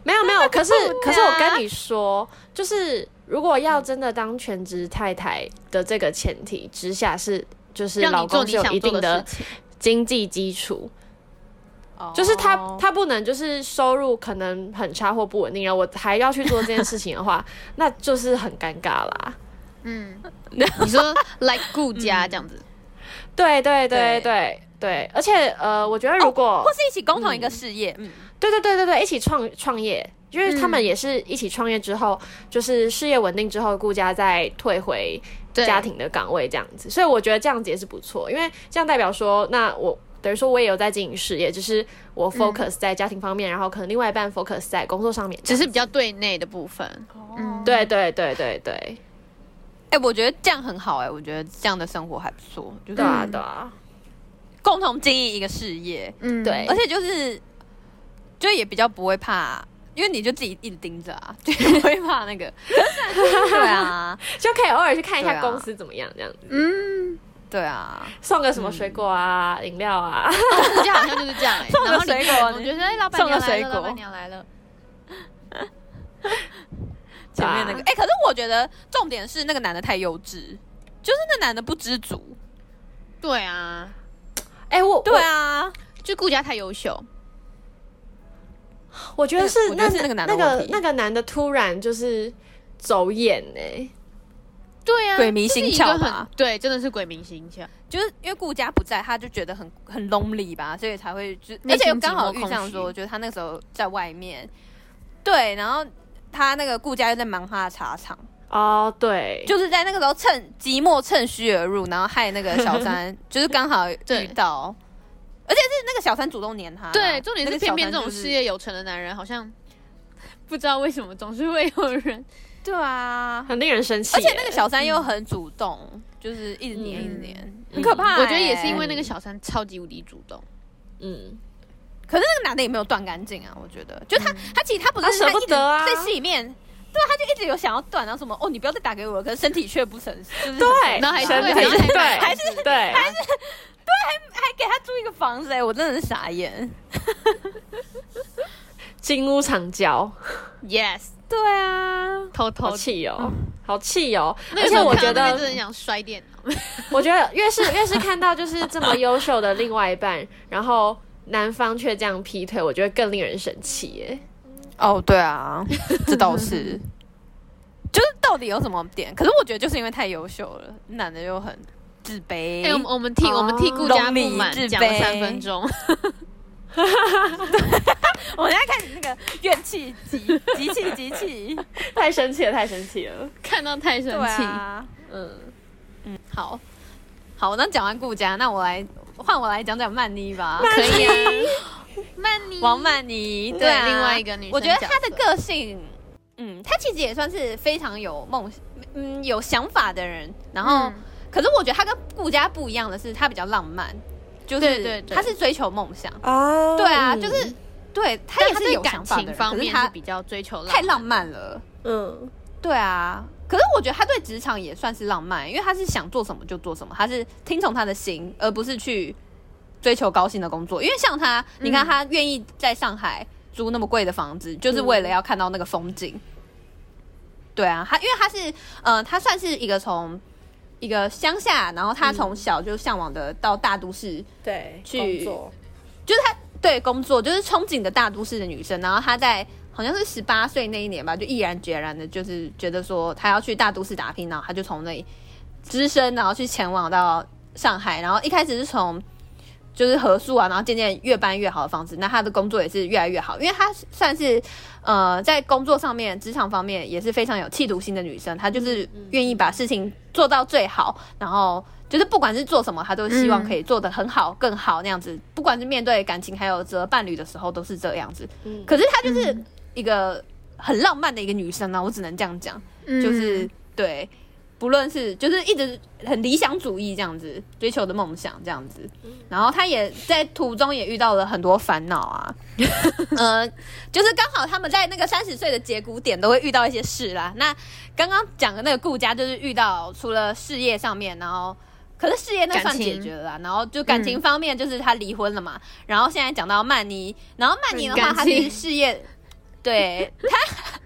Speaker 4: 没有没有，可是
Speaker 2: 不
Speaker 4: 可是我
Speaker 2: 啊
Speaker 4: 跟你说，就是如果要真的当全职太太的这个前提之下是，就是
Speaker 3: 让
Speaker 4: 老
Speaker 3: 你做
Speaker 4: 公
Speaker 3: 你
Speaker 4: 是有一
Speaker 3: 想做
Speaker 4: 定
Speaker 3: 的
Speaker 4: 的
Speaker 3: 事情。
Speaker 4: 经济基础， 就是他
Speaker 2: 哦
Speaker 4: 他不能就是收入可能很差或不稳定，然后我还要去做这件事情的话，那就是很尴尬啦。
Speaker 3: 嗯，你说 like 顾家这样子，
Speaker 4: 对对
Speaker 2: 对
Speaker 4: 对
Speaker 2: 哦
Speaker 4: 对对，而且呃，我觉得如果、
Speaker 2: 或是一起共同一个事业，嗯，
Speaker 4: 对对对对对，一起创创业，因为他们
Speaker 3: 嗯
Speaker 4: 也是一起创业之后，就是事业稳定之后，顾家再退回
Speaker 3: 对
Speaker 4: 家庭的岗位这样子，所以我觉得这样子也是不错，因为这样代表说，那我等于说我也有在经营事业，只是我 focus 在家庭方面，然后可能另外一半 focus 在工作上面
Speaker 3: 只
Speaker 4: 这样子，
Speaker 3: 是比较对内的部分。嗯，
Speaker 4: 对对对对对，
Speaker 2: 哎、我觉得这样很好哎、我觉得这样的生活还不错，就是嗯
Speaker 4: 对啊对啊，
Speaker 2: 共同经营一个事业，
Speaker 3: 嗯，
Speaker 4: 对
Speaker 2: 而且就是就也比较不会怕，因为你就自己一直盯着 啊，就不会怕那个。对啊，
Speaker 4: 就可以偶尔去看一
Speaker 2: 对
Speaker 4: 下
Speaker 2: 啊
Speaker 4: 公司怎么样这样子，
Speaker 3: 嗯，
Speaker 2: 对啊，
Speaker 4: 送个什么水果啊、饮、料啊，
Speaker 3: 我家好像就是这样哎、
Speaker 2: 送个
Speaker 3: 然后你
Speaker 2: 水果
Speaker 3: 我觉得哎，老板
Speaker 2: 送个
Speaker 3: 娘来
Speaker 2: 水
Speaker 3: 了，
Speaker 2: 果
Speaker 3: 老板娘来了。
Speaker 2: 前面那个，
Speaker 4: 对啊
Speaker 2: 哎、可是我觉得重点是那个男的太幼稚，就是那男的不知足。
Speaker 3: 对啊，
Speaker 4: 哎、我
Speaker 2: 对啊，
Speaker 3: 就顾家太优秀，
Speaker 4: 哎我，我觉得是
Speaker 2: 我觉
Speaker 4: 那
Speaker 2: 得是那个男的
Speaker 4: 那个
Speaker 2: 问题
Speaker 4: 那个男的突然就是走眼哎、
Speaker 3: 对啊，
Speaker 2: 鬼迷
Speaker 3: 这是
Speaker 2: 心
Speaker 3: 一个
Speaker 2: 窍
Speaker 3: 很
Speaker 2: 吧
Speaker 3: 对，真的是鬼迷心窍。
Speaker 2: 就是因为顾家不在，他就觉得很很 lonely 吧，所以才会就，
Speaker 3: 内
Speaker 2: 而且
Speaker 3: 心
Speaker 2: 刚好遇
Speaker 3: 寂寞空
Speaker 2: 上
Speaker 3: 虚
Speaker 2: 说，就是他那个时候在外面，对，然后他那个顾家又在忙他的茶厂，
Speaker 4: 哦，对，
Speaker 2: 就是在那个时候趁寂寞趁虚而入，然后害那个小 三就是刚好遇
Speaker 3: 对
Speaker 2: 到，而且是那个小三主动黏他啦，
Speaker 3: 对，重点
Speaker 2: 那
Speaker 3: 是
Speaker 2: 个小三
Speaker 3: 偏偏这种
Speaker 2: 就是
Speaker 3: 事业有成的男人，好像不知道为什么总是会有 人
Speaker 2: 对啊，
Speaker 4: 很令人生气、
Speaker 2: 而且那个小三又很主动，就是一直黏一直
Speaker 3: 嗯
Speaker 2: 黏，很可怕欸。
Speaker 3: 我觉得也是因为那个小三超级无敌主动，
Speaker 4: 嗯，
Speaker 2: 可是那个男的也没有断干净啊，我觉得，就他、他其实他不是
Speaker 4: 他舍不
Speaker 2: 一直
Speaker 4: 得啊
Speaker 2: 在戏里面，对啊，他就一直有想要断，然后什么哦，你不要再打给我了，可是身体却不成，就是
Speaker 4: 对，
Speaker 3: 然后还是
Speaker 4: 生
Speaker 3: 会
Speaker 4: 气
Speaker 3: 然后还
Speaker 4: 对，
Speaker 2: 还
Speaker 4: 是对，还是
Speaker 2: 还给他租一个房子、哎，我真的是傻眼。
Speaker 4: 金屋藏娇，
Speaker 3: ，yes，
Speaker 2: 对啊，
Speaker 3: 偷
Speaker 4: 好
Speaker 3: 偷。
Speaker 4: 气哦，好气哦，
Speaker 3: 那
Speaker 4: 而
Speaker 3: 个时
Speaker 4: 且
Speaker 3: 候
Speaker 4: 我
Speaker 3: 看
Speaker 4: 觉
Speaker 3: 到那边
Speaker 4: 得
Speaker 3: 真的很想摔电脑，
Speaker 4: 我觉得越是越是看到就是这么优秀的另外一半，然后男方却这样劈腿，我觉得更令人生气 耶。
Speaker 2: 哦，对 啊，这倒是，就是到底有什么点？可是我觉得就是因为太优秀了，男的又很自卑。
Speaker 3: 哎、我们我们替、我们替顾
Speaker 2: 哦
Speaker 3: 家不
Speaker 2: lonely，
Speaker 3: 满
Speaker 2: 自
Speaker 3: 讲了
Speaker 2: 卑
Speaker 3: 三分钟，
Speaker 2: 我现在开始那个怨气集 集气集气，
Speaker 4: 太生气了，太生气了。
Speaker 3: 看到太生
Speaker 2: 对
Speaker 3: 气。
Speaker 2: 啊。
Speaker 4: 嗯，
Speaker 2: 好，好，那讲完顾家，那我来换我来讲讲曼妮吧。
Speaker 3: 可以 啊，曼妮，
Speaker 2: 王曼妮，
Speaker 3: 对
Speaker 2: 对啊
Speaker 3: 另外一个女生
Speaker 2: 我觉得她的
Speaker 3: 角色
Speaker 2: 个性，嗯，她其实也算是非常有梦，嗯，有想法的人。然后，
Speaker 3: 嗯
Speaker 2: 可是我觉得她跟顾家不一样的是，她比较浪漫，就是
Speaker 3: 对对对
Speaker 2: 她是追求梦想。
Speaker 4: 哦
Speaker 2: 对啊，就是对她
Speaker 3: 但
Speaker 2: 也
Speaker 3: 她
Speaker 2: 是
Speaker 3: 对
Speaker 2: 有想
Speaker 3: 感
Speaker 2: 法的
Speaker 3: 情
Speaker 2: 人，
Speaker 3: 方
Speaker 2: 可是
Speaker 3: 面
Speaker 2: 她
Speaker 3: 是比较追求
Speaker 2: 太浪漫了。
Speaker 4: 嗯，
Speaker 2: 对啊，可是我觉得他对职场也算是浪漫，因为他是想做什么就做什么，他是听从他的心，而不是去追求高薪的工作。因为像他，你看他愿意在上海租那么贵的房子，就是为了要看到那个风景。对啊，他因为他是，呃，他算是一个从一个乡下，然后他从小就向往的到大都市，
Speaker 4: 对，
Speaker 2: 工作就是她对工作就是憧憬的大都市的女生，然后她在好像是十八岁那一年吧，就毅然决然的，就是觉得说她要去大都市打拼，然后她就从那里只身，然后去前往到上海，然后一开始是从就是合宿啊，然后渐渐越搬越好的房子，那她的工作也是越来越好，因为她算是呃在工作上面、职场方面也是非常有企图心的女生，她就是愿意把事情做到最好，然后就是不管是做什么，她都希望可以做得很好、更好那样子，不管是面对感情还有责伴侣的时候都是这样子，
Speaker 4: 嗯
Speaker 2: 可是她就是一个很浪漫的一个女生呢、啊我只能这样讲。
Speaker 3: 嗯
Speaker 2: 就是对，不论是就是一直很理想主义这样子，追求的梦想这样子。
Speaker 3: 嗯
Speaker 2: 然后他也在途中也遇到了很多烦恼 啊，呃，就是刚好他们在那个三十岁的节骨点都会遇到一些事啦。那刚刚讲的那个顾家就是遇到除了事业上面，然后。可是事业那算
Speaker 3: 感情
Speaker 2: 解决了啦，然后就感情方面就是他离婚了嘛，然后现在讲到曼妮，然后曼妮的话，
Speaker 3: 很
Speaker 2: 她
Speaker 3: 感
Speaker 2: 是
Speaker 3: 性
Speaker 2: 事业，对她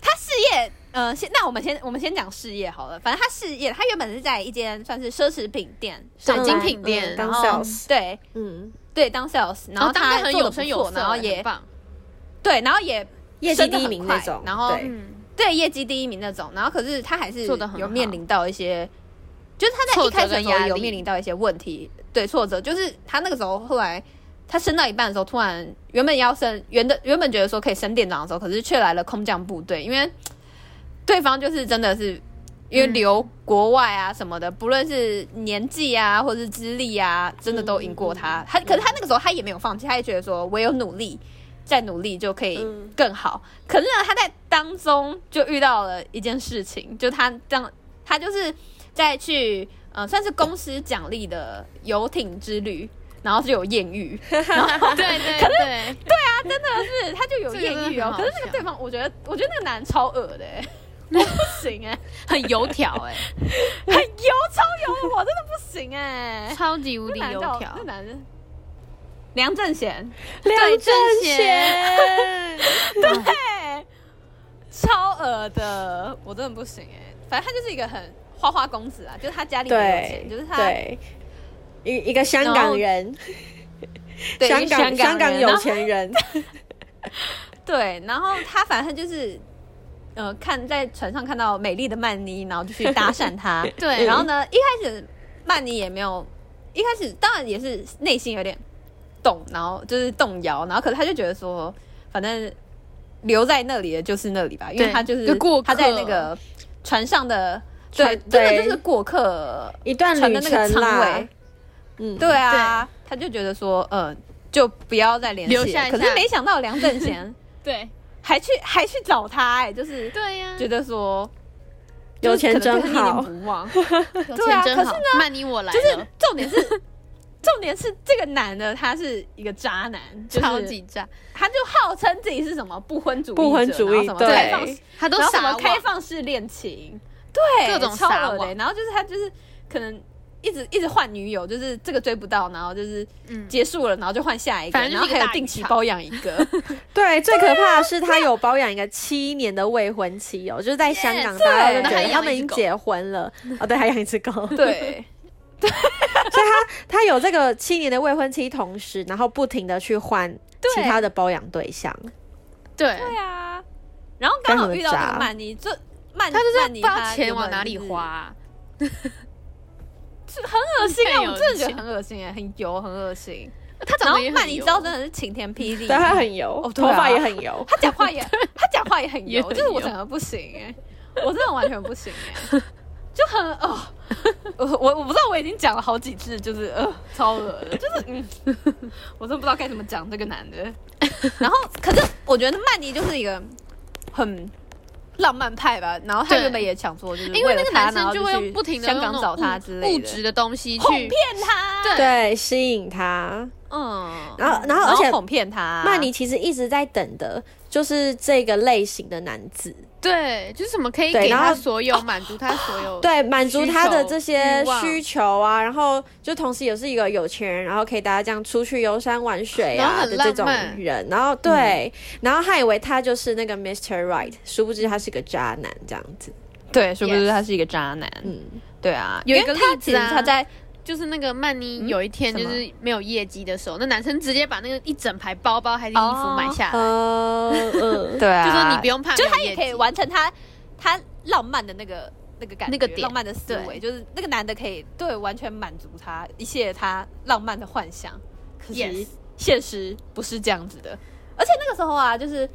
Speaker 2: 她事业，呃，先那我们先我们先讲事业好了，反正她事业，她原本是在一间算是奢侈品店上
Speaker 3: 对
Speaker 2: 班，
Speaker 3: 精品店，
Speaker 4: 当
Speaker 2: 然后
Speaker 4: sales
Speaker 2: 对
Speaker 4: 嗯，
Speaker 2: 对当 sales，然后
Speaker 3: 哦当
Speaker 2: 她
Speaker 3: 得很
Speaker 2: 做得
Speaker 3: 有
Speaker 2: 不
Speaker 3: 声
Speaker 2: 错
Speaker 3: 有色，
Speaker 2: 然后
Speaker 3: 很
Speaker 2: 也
Speaker 3: 棒，
Speaker 2: 对，然后也
Speaker 4: 业绩
Speaker 2: 升得
Speaker 4: 第一
Speaker 2: 很
Speaker 4: 名那
Speaker 2: 快
Speaker 4: 种，
Speaker 2: 然后
Speaker 4: 对
Speaker 3: 嗯，
Speaker 2: 对业绩第一名那种，然后可是他还是
Speaker 3: 做得很好
Speaker 2: 有面临到一些，就是他在一
Speaker 3: 挫折
Speaker 2: 开始的
Speaker 3: 跟
Speaker 2: 时候
Speaker 3: 压
Speaker 2: 有
Speaker 3: 力
Speaker 2: 面临到一些问题，对挫折，就是他那个时候后来他升到一半的时候，突然原本要升原的原本觉得说可以升店长的时候，可是却来了空降部队，因为对方就是真的是。因为留国外啊什么的，不论是年纪啊，或是资历啊，真的都赢过
Speaker 3: 嗯
Speaker 2: 他。他可是他那个时候他也没有放弃，他也觉得说我有努力，再努力就可以
Speaker 4: 嗯
Speaker 2: 更好。可是呢，他在当中就遇到了一件事情，就他当他就是在去呃算是公司奖励的游艇之旅，然后就有艳遇，
Speaker 3: 对对对，
Speaker 2: 是他就有艳遇哦。
Speaker 3: 这
Speaker 2: 可是
Speaker 3: 个真的很好
Speaker 2: 那个对方，我觉得我觉得那个男人超恶的、欸，行哎、
Speaker 3: 很油条哎、
Speaker 2: 很油，超油的，我真的不行哎、
Speaker 3: 超级无敌油条
Speaker 2: 那。男的，梁正贤，
Speaker 3: 对正
Speaker 4: 贤，
Speaker 2: 对，超恶的，我真的不行哎、反正他就是一个很花花公子啊，就是他家里很有
Speaker 4: 对
Speaker 2: 钱，，就是他
Speaker 4: 对一一个香港人，
Speaker 2: 对
Speaker 4: 香港
Speaker 2: 港
Speaker 4: 香港
Speaker 2: 人
Speaker 4: 有
Speaker 2: 然后
Speaker 4: 钱人，
Speaker 2: 对，然后他反正就是。呃，看在船上看到美丽的曼妮，然后就去搭讪她。
Speaker 3: 对
Speaker 2: 然后呢，一开始曼妮也没有，一开始当然也是内心有点动，然后就是动摇，然后可是他就觉得说，反正留在那里的就是那里吧，因为
Speaker 3: 对
Speaker 2: 他就是
Speaker 3: 就过客
Speaker 2: 他在那个船上的，对
Speaker 4: 船，
Speaker 2: 真的
Speaker 4: 对
Speaker 2: 就是过客
Speaker 4: 一段
Speaker 2: 船
Speaker 4: 旅
Speaker 2: 的那个
Speaker 4: 程
Speaker 2: 舱
Speaker 4: 啦
Speaker 2: 位。，
Speaker 4: 嗯，
Speaker 2: 对啊，他就觉得说，呃，就不要再联系了。
Speaker 3: 留下一下
Speaker 2: 可是没想到梁正贤
Speaker 3: 对
Speaker 2: 还去 还去找他、哎，就是
Speaker 3: 对呀、
Speaker 2: 觉得 说。
Speaker 4: 有钱
Speaker 2: 就是可能
Speaker 4: 真
Speaker 2: 对他念念
Speaker 4: 好
Speaker 2: 不忘。
Speaker 3: 有
Speaker 2: 对啊
Speaker 3: 钱真
Speaker 2: 可
Speaker 3: 好
Speaker 2: 是，
Speaker 3: 曼妮我来
Speaker 2: 就是
Speaker 3: 了，
Speaker 2: 重点是， 重点是这个男的他是一个渣男，就是、
Speaker 3: 超级渣，
Speaker 2: 他就号称自己是什么不婚主义者，
Speaker 4: 不婚主
Speaker 2: 然后
Speaker 4: 义
Speaker 2: 什么
Speaker 4: 对
Speaker 2: 开放式，
Speaker 3: 他都
Speaker 2: 然后什
Speaker 3: 傻
Speaker 2: 么
Speaker 3: 网
Speaker 2: 开放式恋情，对，
Speaker 3: 各种
Speaker 2: 超
Speaker 3: 撒
Speaker 2: 恶的欸。
Speaker 3: 网
Speaker 2: 然后就是他就是可能一直一直换女友，就是这个追不到，然后就是
Speaker 3: 嗯
Speaker 2: 结束了，然后就换下一个，
Speaker 3: 反正
Speaker 2: 然
Speaker 3: 就
Speaker 2: 后
Speaker 3: 是一
Speaker 2: 还
Speaker 3: 个
Speaker 2: 有
Speaker 3: 大
Speaker 2: 定
Speaker 3: 渔
Speaker 2: 期
Speaker 3: 场
Speaker 2: 包养一个，
Speaker 4: 对，最可怕的是他有包养一个七年的未婚妻哦，就是在香港，
Speaker 2: 对
Speaker 4: 大家都觉
Speaker 3: 然后还
Speaker 4: 得
Speaker 3: 养
Speaker 4: 他们已经
Speaker 3: 一只狗
Speaker 4: 结婚了，哦，对，还养一只狗，
Speaker 2: 对。
Speaker 4: 他有这个七年的未婚妻，同时然后不停的去换
Speaker 2: 对
Speaker 4: 其他的包养对象，
Speaker 3: 对，
Speaker 2: 对啊，然后刚好遇到
Speaker 4: 非常
Speaker 2: 那
Speaker 4: 的渣
Speaker 2: 个曼妮，就曼
Speaker 3: 他就是
Speaker 2: 曼
Speaker 3: 不
Speaker 2: 妮
Speaker 3: 知
Speaker 2: 她
Speaker 3: 道钱往哪里
Speaker 2: 原本
Speaker 3: 花、啊，
Speaker 2: 是，很恶心啊！
Speaker 3: 太有
Speaker 2: 我真的觉得
Speaker 3: 钱
Speaker 2: 很恶心哎，很油，很恶心。
Speaker 3: 他
Speaker 2: 然
Speaker 3: 长
Speaker 2: 后
Speaker 3: 得也
Speaker 2: 曼
Speaker 3: 很
Speaker 2: 妮
Speaker 3: 油
Speaker 2: 知道真的是晴天霹雳，
Speaker 4: 对，他很油，
Speaker 2: 哦对
Speaker 4: 头
Speaker 2: 啊
Speaker 4: 发也很油，
Speaker 2: 他讲话也他讲话也很
Speaker 3: 也
Speaker 2: 油，
Speaker 3: 很
Speaker 2: 就是我
Speaker 3: 油
Speaker 2: 整个不行哎，我真的完全不行哎，就很哦，我我我不知道我已经讲了好几次，就是呃超恶的，就是嗯，我真的不知道该怎么讲这个男的。然后可是我觉得曼妮就是一个很。浪漫派吧，然后他
Speaker 3: 对
Speaker 2: 原本也想说，就是
Speaker 3: 因为那
Speaker 2: 了
Speaker 3: 个
Speaker 2: 他
Speaker 3: 男
Speaker 2: 然
Speaker 3: 生
Speaker 2: 后就
Speaker 3: 会
Speaker 2: 去
Speaker 3: 用不停的
Speaker 2: 香港找他之类
Speaker 3: 物
Speaker 2: 的，
Speaker 3: 质的东西
Speaker 2: 哄
Speaker 3: 去
Speaker 2: 骗，他，
Speaker 3: 对
Speaker 4: 对，吸引他。
Speaker 2: 嗯，
Speaker 4: 然后然
Speaker 2: 然
Speaker 4: 后
Speaker 2: 后
Speaker 4: 而且
Speaker 2: 哄骗他，
Speaker 4: 曼妮其实一直在等的就是这个类型的男子，
Speaker 3: 对，就是什么可以
Speaker 4: 对
Speaker 3: 给
Speaker 4: 然
Speaker 3: 他
Speaker 4: 后
Speaker 3: 所有，满足他所 有，
Speaker 4: 对，满足他的
Speaker 3: 求
Speaker 4: 这些
Speaker 3: 欲望
Speaker 4: 需求啊，然后就同时也是一个有钱人，然后可以大家这样出去游山玩水
Speaker 3: 然后
Speaker 4: 啊
Speaker 3: 很
Speaker 4: 的这
Speaker 3: 浪
Speaker 4: 种
Speaker 3: 漫
Speaker 4: 人，然后对，然后他以为他就是那个 Mr. Right，殊不知他是个渣男这样子，
Speaker 2: 对，是不是
Speaker 3: Yes
Speaker 2: 他是一个渣男？
Speaker 4: 嗯，
Speaker 2: 对啊，
Speaker 3: 有一
Speaker 2: 因为
Speaker 3: 个
Speaker 2: 他
Speaker 3: 例子
Speaker 2: 其实
Speaker 3: 啊
Speaker 2: 他在
Speaker 3: 就是那个曼妮有一天
Speaker 2: 嗯
Speaker 3: 就
Speaker 2: 什么
Speaker 3: 是没有业绩的时候，那男生直接把那个一整排包包还是衣服
Speaker 2: 哦
Speaker 3: 买下来，
Speaker 4: 呃，嗯
Speaker 2: 对啊，
Speaker 3: 就说你不，用怕，
Speaker 2: 就
Speaker 3: 没有
Speaker 2: 他也
Speaker 3: 业
Speaker 2: 可以
Speaker 3: 绩嗯
Speaker 2: 完成他他浪漫的那个那个感觉，
Speaker 3: 那个点
Speaker 2: 浪漫的思维，就是那个男的可以对完全满足他一切他浪漫的幻想，可是
Speaker 3: Yes
Speaker 2: 现实不是这样子的。而且那个时候啊，就是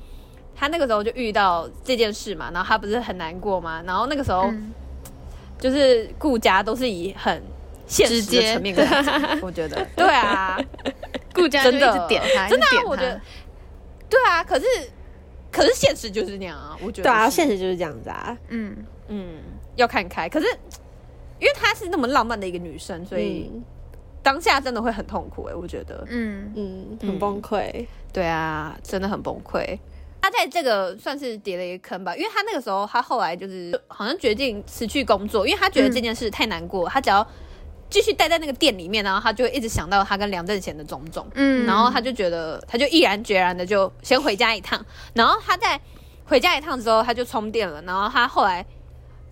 Speaker 2: 他那个时候就遇到这件事嘛，然后他不是很难过嘛，然后那个时候。
Speaker 3: 嗯
Speaker 2: 就是顾家都是以很现实
Speaker 3: 直接
Speaker 2: 的层面跟他讲，我觉 得对啊，
Speaker 3: 顾家就
Speaker 2: 真
Speaker 3: 一
Speaker 2: 的
Speaker 3: 直点他，
Speaker 2: 真的、
Speaker 3: 一直
Speaker 2: 啊
Speaker 3: 点，他
Speaker 2: 我觉得对啊，可是可是现实就是那样啊，我觉得
Speaker 4: 对啊，
Speaker 2: 是
Speaker 4: 现实就是这样子啊，
Speaker 3: 嗯，
Speaker 2: 嗯要看开，可是因为她是那么浪漫的一个女生，所以
Speaker 4: 嗯
Speaker 2: 当下真的会很痛苦哎、我觉得
Speaker 3: 嗯，
Speaker 4: 嗯，很崩溃，
Speaker 2: 对啊，真的很崩溃。她在这个算是跌了一个坑吧，因为她那个时候，她后来就是好像决定辞去工作，因为她觉得这件事太难过，她只要继续待在那个店里面，然后她就会一直想到她跟梁振贤的种种，
Speaker 3: 嗯
Speaker 2: 然后她就觉得，她就毅然决然的就先回家一趟，然后她在回家一趟之后，她就充电了，然后她后来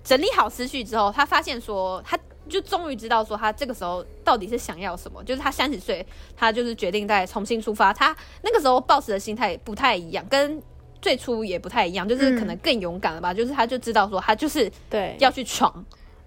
Speaker 2: 整理好思绪之后，她发现说，她就终于知道说，她这个时候到底是想要什么，就是她三十岁，她就是决定再重新出发，她那个时候抱持的心态不太一样，跟。最初也不太一样，就是可能更勇敢了吧，就是她就知道说，她就是
Speaker 4: 对，
Speaker 2: 要去闯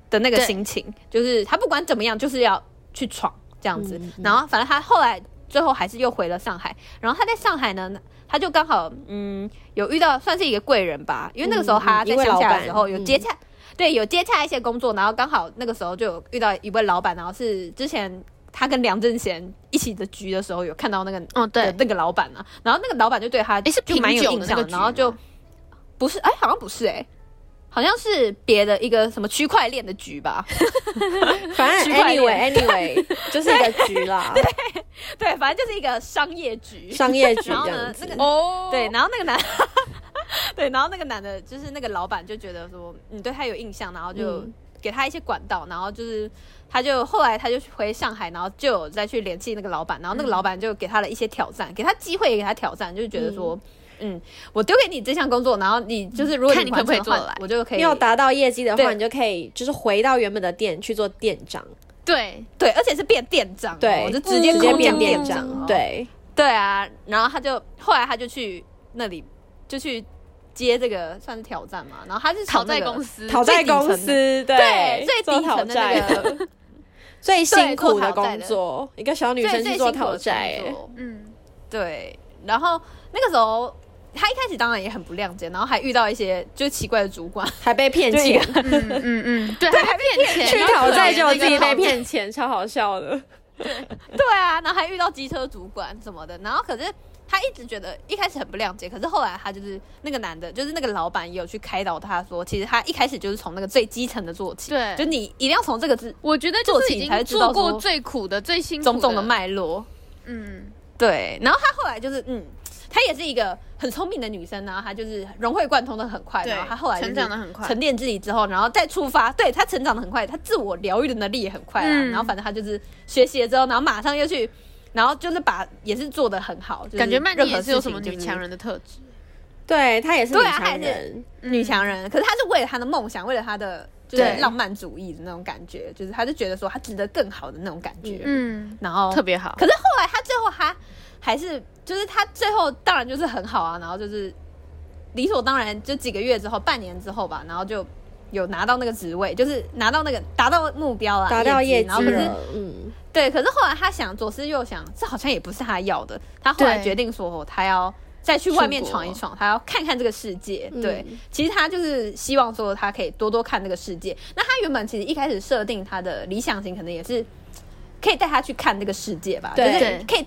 Speaker 2: 的那个
Speaker 3: 对
Speaker 2: 心情，就是他不管怎么样，就是要去闯这样子。
Speaker 4: 嗯嗯
Speaker 2: 然后反正他后来最后还是又回了上海，然后他在上海呢，他就刚好嗯有遇到算是一个贵人吧，因为那个时候他
Speaker 4: 嗯嗯一
Speaker 2: 在
Speaker 4: 位
Speaker 2: 乡
Speaker 4: 老
Speaker 2: 下
Speaker 4: 板
Speaker 2: 的时候有接洽。对，有接洽一些工作，然后刚好那个时候就有遇到一位老板，然后是之前他跟梁振贤一起的局的时候有看到那个
Speaker 3: 哦对
Speaker 2: 的那个老板啊，然后那个老板就对他
Speaker 3: 诶是
Speaker 2: 就蛮有
Speaker 3: 品酒
Speaker 2: 印
Speaker 3: 的那
Speaker 2: 象
Speaker 3: 个
Speaker 2: 的，
Speaker 3: 局
Speaker 2: 然后就
Speaker 3: 吗
Speaker 2: 不是哎、好像不是哎、好像是别的一个什么区块链的局 吧，
Speaker 4: 反正
Speaker 2: 区块
Speaker 4: anyway
Speaker 2: 链
Speaker 4: anyway 就是一个局啦，
Speaker 2: 对，反正就是一个商业局。
Speaker 4: 商业 局
Speaker 2: 然后
Speaker 4: 这
Speaker 2: 呢
Speaker 4: 样子
Speaker 2: 那，个
Speaker 3: 哦，
Speaker 2: 对，然后那个男，对，然后那个男的，就是那个老板就觉得说你对他有印象，然后就
Speaker 5: 嗯
Speaker 2: 给他一些管道，然后就是他就后来他就回上海，然后就有再去联系那个老板，然后那个老板就给他了一些挑战，给他机会，也给他挑战，就是觉得说。嗯，我丢给你这项工作，然后你就是如果
Speaker 3: 看你可不可以
Speaker 2: 完成的
Speaker 3: 做
Speaker 2: 话
Speaker 3: 得来
Speaker 2: 我就可以
Speaker 4: 你有达到业绩的话，
Speaker 2: 对
Speaker 4: 你就可以就是回到原本的店去做店长，
Speaker 3: 对，
Speaker 2: 对，而且是变店长哦，
Speaker 4: 对，嗯
Speaker 2: 就直接
Speaker 4: 直接
Speaker 2: 空
Speaker 4: 变
Speaker 2: 降长
Speaker 4: 店长，
Speaker 2: 哦，
Speaker 4: 对，
Speaker 2: 对啊，然后他就后来他就去那里就去接这个算是挑战嘛，然后他是从
Speaker 3: 讨债
Speaker 2: 那个
Speaker 3: 公司，
Speaker 4: 讨
Speaker 2: 最
Speaker 4: 债公
Speaker 2: 底层
Speaker 4: 司，对，
Speaker 2: 对最
Speaker 4: 做
Speaker 2: 底
Speaker 4: 讨
Speaker 2: 层的
Speaker 4: 债
Speaker 2: 那个
Speaker 4: 最辛苦
Speaker 2: 对做讨债
Speaker 4: 工
Speaker 2: 的
Speaker 4: 作，一个小 女
Speaker 2: 最
Speaker 4: 生
Speaker 2: 最
Speaker 4: 去
Speaker 2: 辛苦
Speaker 4: 做
Speaker 2: 的
Speaker 4: 讨
Speaker 2: 工
Speaker 4: 债，哎
Speaker 2: 作
Speaker 3: 嗯，
Speaker 2: 对，然后那个时候。他一开始当然也很不谅解，然后还遇到一些就是奇怪的主 管，
Speaker 4: 还被骗
Speaker 2: 就一个
Speaker 4: 钱，
Speaker 3: 嗯嗯嗯，对，还被骗钱，
Speaker 4: 去
Speaker 3: 然后
Speaker 4: 讨债就
Speaker 3: 那个
Speaker 4: 自己
Speaker 3: 讨
Speaker 4: 被骗钱，超好笑的。
Speaker 2: 对啊，然后还遇到机车主管什么的，然后可是他一直觉得一开始很不谅解，可是后来他就是那个男的，就是那个老板也有去开导他说，其实他一开始就是从那个最基层的做起，
Speaker 3: 对
Speaker 2: 就你一定要从这个自
Speaker 3: 我觉得就是已
Speaker 2: 做起才
Speaker 3: 经
Speaker 2: 知道
Speaker 3: 做
Speaker 2: 说
Speaker 3: 过最苦的、最辛苦
Speaker 2: 种种的，脉络，
Speaker 3: 嗯，
Speaker 2: 对，然后她后来就是嗯。她也是一个很聪明的女生，然后她就是融会贯通的很快，
Speaker 3: 对
Speaker 2: 然后她后来就是
Speaker 3: 成长得很快
Speaker 2: 沉淀自己之后，然后再出发，对她成长的很快，她自我疗愈的能力也很快啊。
Speaker 3: 嗯
Speaker 2: 然后反正她就是学习了之后，然后马上又去，然后就是把也是做的很好，就是
Speaker 3: 感觉曼妮
Speaker 2: 任何
Speaker 3: 也
Speaker 2: 事
Speaker 3: 是
Speaker 2: 情
Speaker 3: 有什么女
Speaker 2: 就是
Speaker 3: 强人的特质，
Speaker 4: 对她也 是
Speaker 2: 对
Speaker 4: 女
Speaker 2: 啊她
Speaker 4: 强
Speaker 2: 也是
Speaker 4: 人，
Speaker 2: 女强人，可是她是为了她的梦想，为了她的就是
Speaker 3: 嗯对
Speaker 2: 浪漫主义的那种感觉，就是她就觉得说她值得更好的那种感觉，
Speaker 3: 嗯，
Speaker 2: 然后
Speaker 3: 特别好，
Speaker 2: 可是后来他最后还还是就是他最后当然就是很好啊，然后就是理所当然，就几个月之后，半年之后吧，然后就有拿到那个职位，就是拿到那个达到目标了，
Speaker 4: 达到业
Speaker 2: 然后
Speaker 4: 绩
Speaker 2: 可是
Speaker 4: 了，嗯，
Speaker 2: 对，可是后来他想左思右想，这好像也不是他要的，他后来
Speaker 3: 对
Speaker 2: 决定说他要。再去外面
Speaker 3: 出国
Speaker 2: 闯一闯，他要看看这个世界。
Speaker 4: 嗯
Speaker 2: 对，其实他就是希望说他可以多多看这个世界。那他原本其实一开始设定他的理想型，可能也是可以带他去看这个世界吧，就
Speaker 4: 对
Speaker 2: 是可以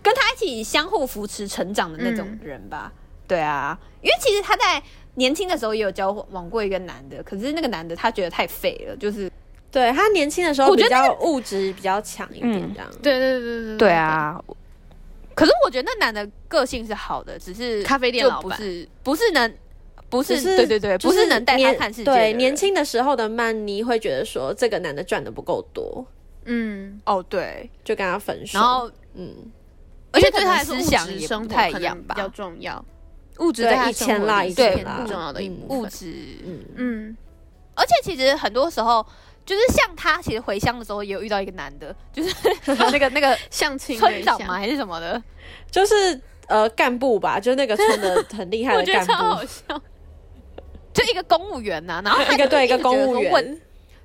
Speaker 2: 跟他一起相互扶持成长的那种人吧。
Speaker 4: 嗯
Speaker 2: 对啊，因为其实他在年轻的时候也有交往过一个男的，可是那个男的他觉得太废了，就是
Speaker 4: 对她年轻的时候
Speaker 2: 我觉得
Speaker 4: 比较物质比较强一点，
Speaker 2: 嗯
Speaker 4: 这样。
Speaker 3: 对对对嗯对，，
Speaker 2: 啊。可是我觉得那男的个性是好的，只是
Speaker 3: 咖啡店
Speaker 2: 就
Speaker 3: 老板
Speaker 2: 不是不是能不是
Speaker 4: 只是
Speaker 2: 对对对，
Speaker 4: 就
Speaker 2: 不是能带他
Speaker 4: 年
Speaker 2: 看世界的
Speaker 4: 对，
Speaker 2: 人
Speaker 4: 年轻的时候的曼妮会觉得说，这个男的赚的不够多，
Speaker 3: 嗯，
Speaker 2: 哦对，
Speaker 4: 就跟他分手。
Speaker 2: 然后
Speaker 4: 嗯，
Speaker 2: 而
Speaker 3: 因
Speaker 2: 且
Speaker 3: 为对他来说，
Speaker 2: 思
Speaker 3: 物
Speaker 2: 想
Speaker 3: 质
Speaker 2: 也
Speaker 3: 生
Speaker 2: 不
Speaker 3: 活
Speaker 2: 太
Speaker 3: 可
Speaker 2: 一
Speaker 3: 能
Speaker 2: 样吧
Speaker 3: 比，较重要，物质
Speaker 4: 对
Speaker 3: 在他
Speaker 4: 以
Speaker 3: 生
Speaker 4: 前
Speaker 3: 活
Speaker 4: 啦
Speaker 3: 里
Speaker 4: 以
Speaker 3: 是
Speaker 4: 前
Speaker 3: 很
Speaker 4: 啦
Speaker 3: 不重要的一
Speaker 4: 嗯
Speaker 3: 部
Speaker 2: 物
Speaker 3: 分，
Speaker 2: 质
Speaker 3: 嗯，
Speaker 2: 而且其实很多时候，就是像他，其实回乡的时候也有遇到一个男的，就是 那个那 个
Speaker 3: 相亲对
Speaker 2: 村长
Speaker 3: 象
Speaker 2: 嘛，还是什么的，
Speaker 4: 就是呃干部吧，就是那个村的很厉害
Speaker 3: 我
Speaker 4: 的
Speaker 3: 觉得
Speaker 4: 干
Speaker 3: 超好
Speaker 4: 部，
Speaker 3: 笑，
Speaker 2: 就一个公务员呐、然后 他
Speaker 4: 一个对一个
Speaker 2: 直觉得
Speaker 4: 公务
Speaker 2: 说稳
Speaker 4: 员，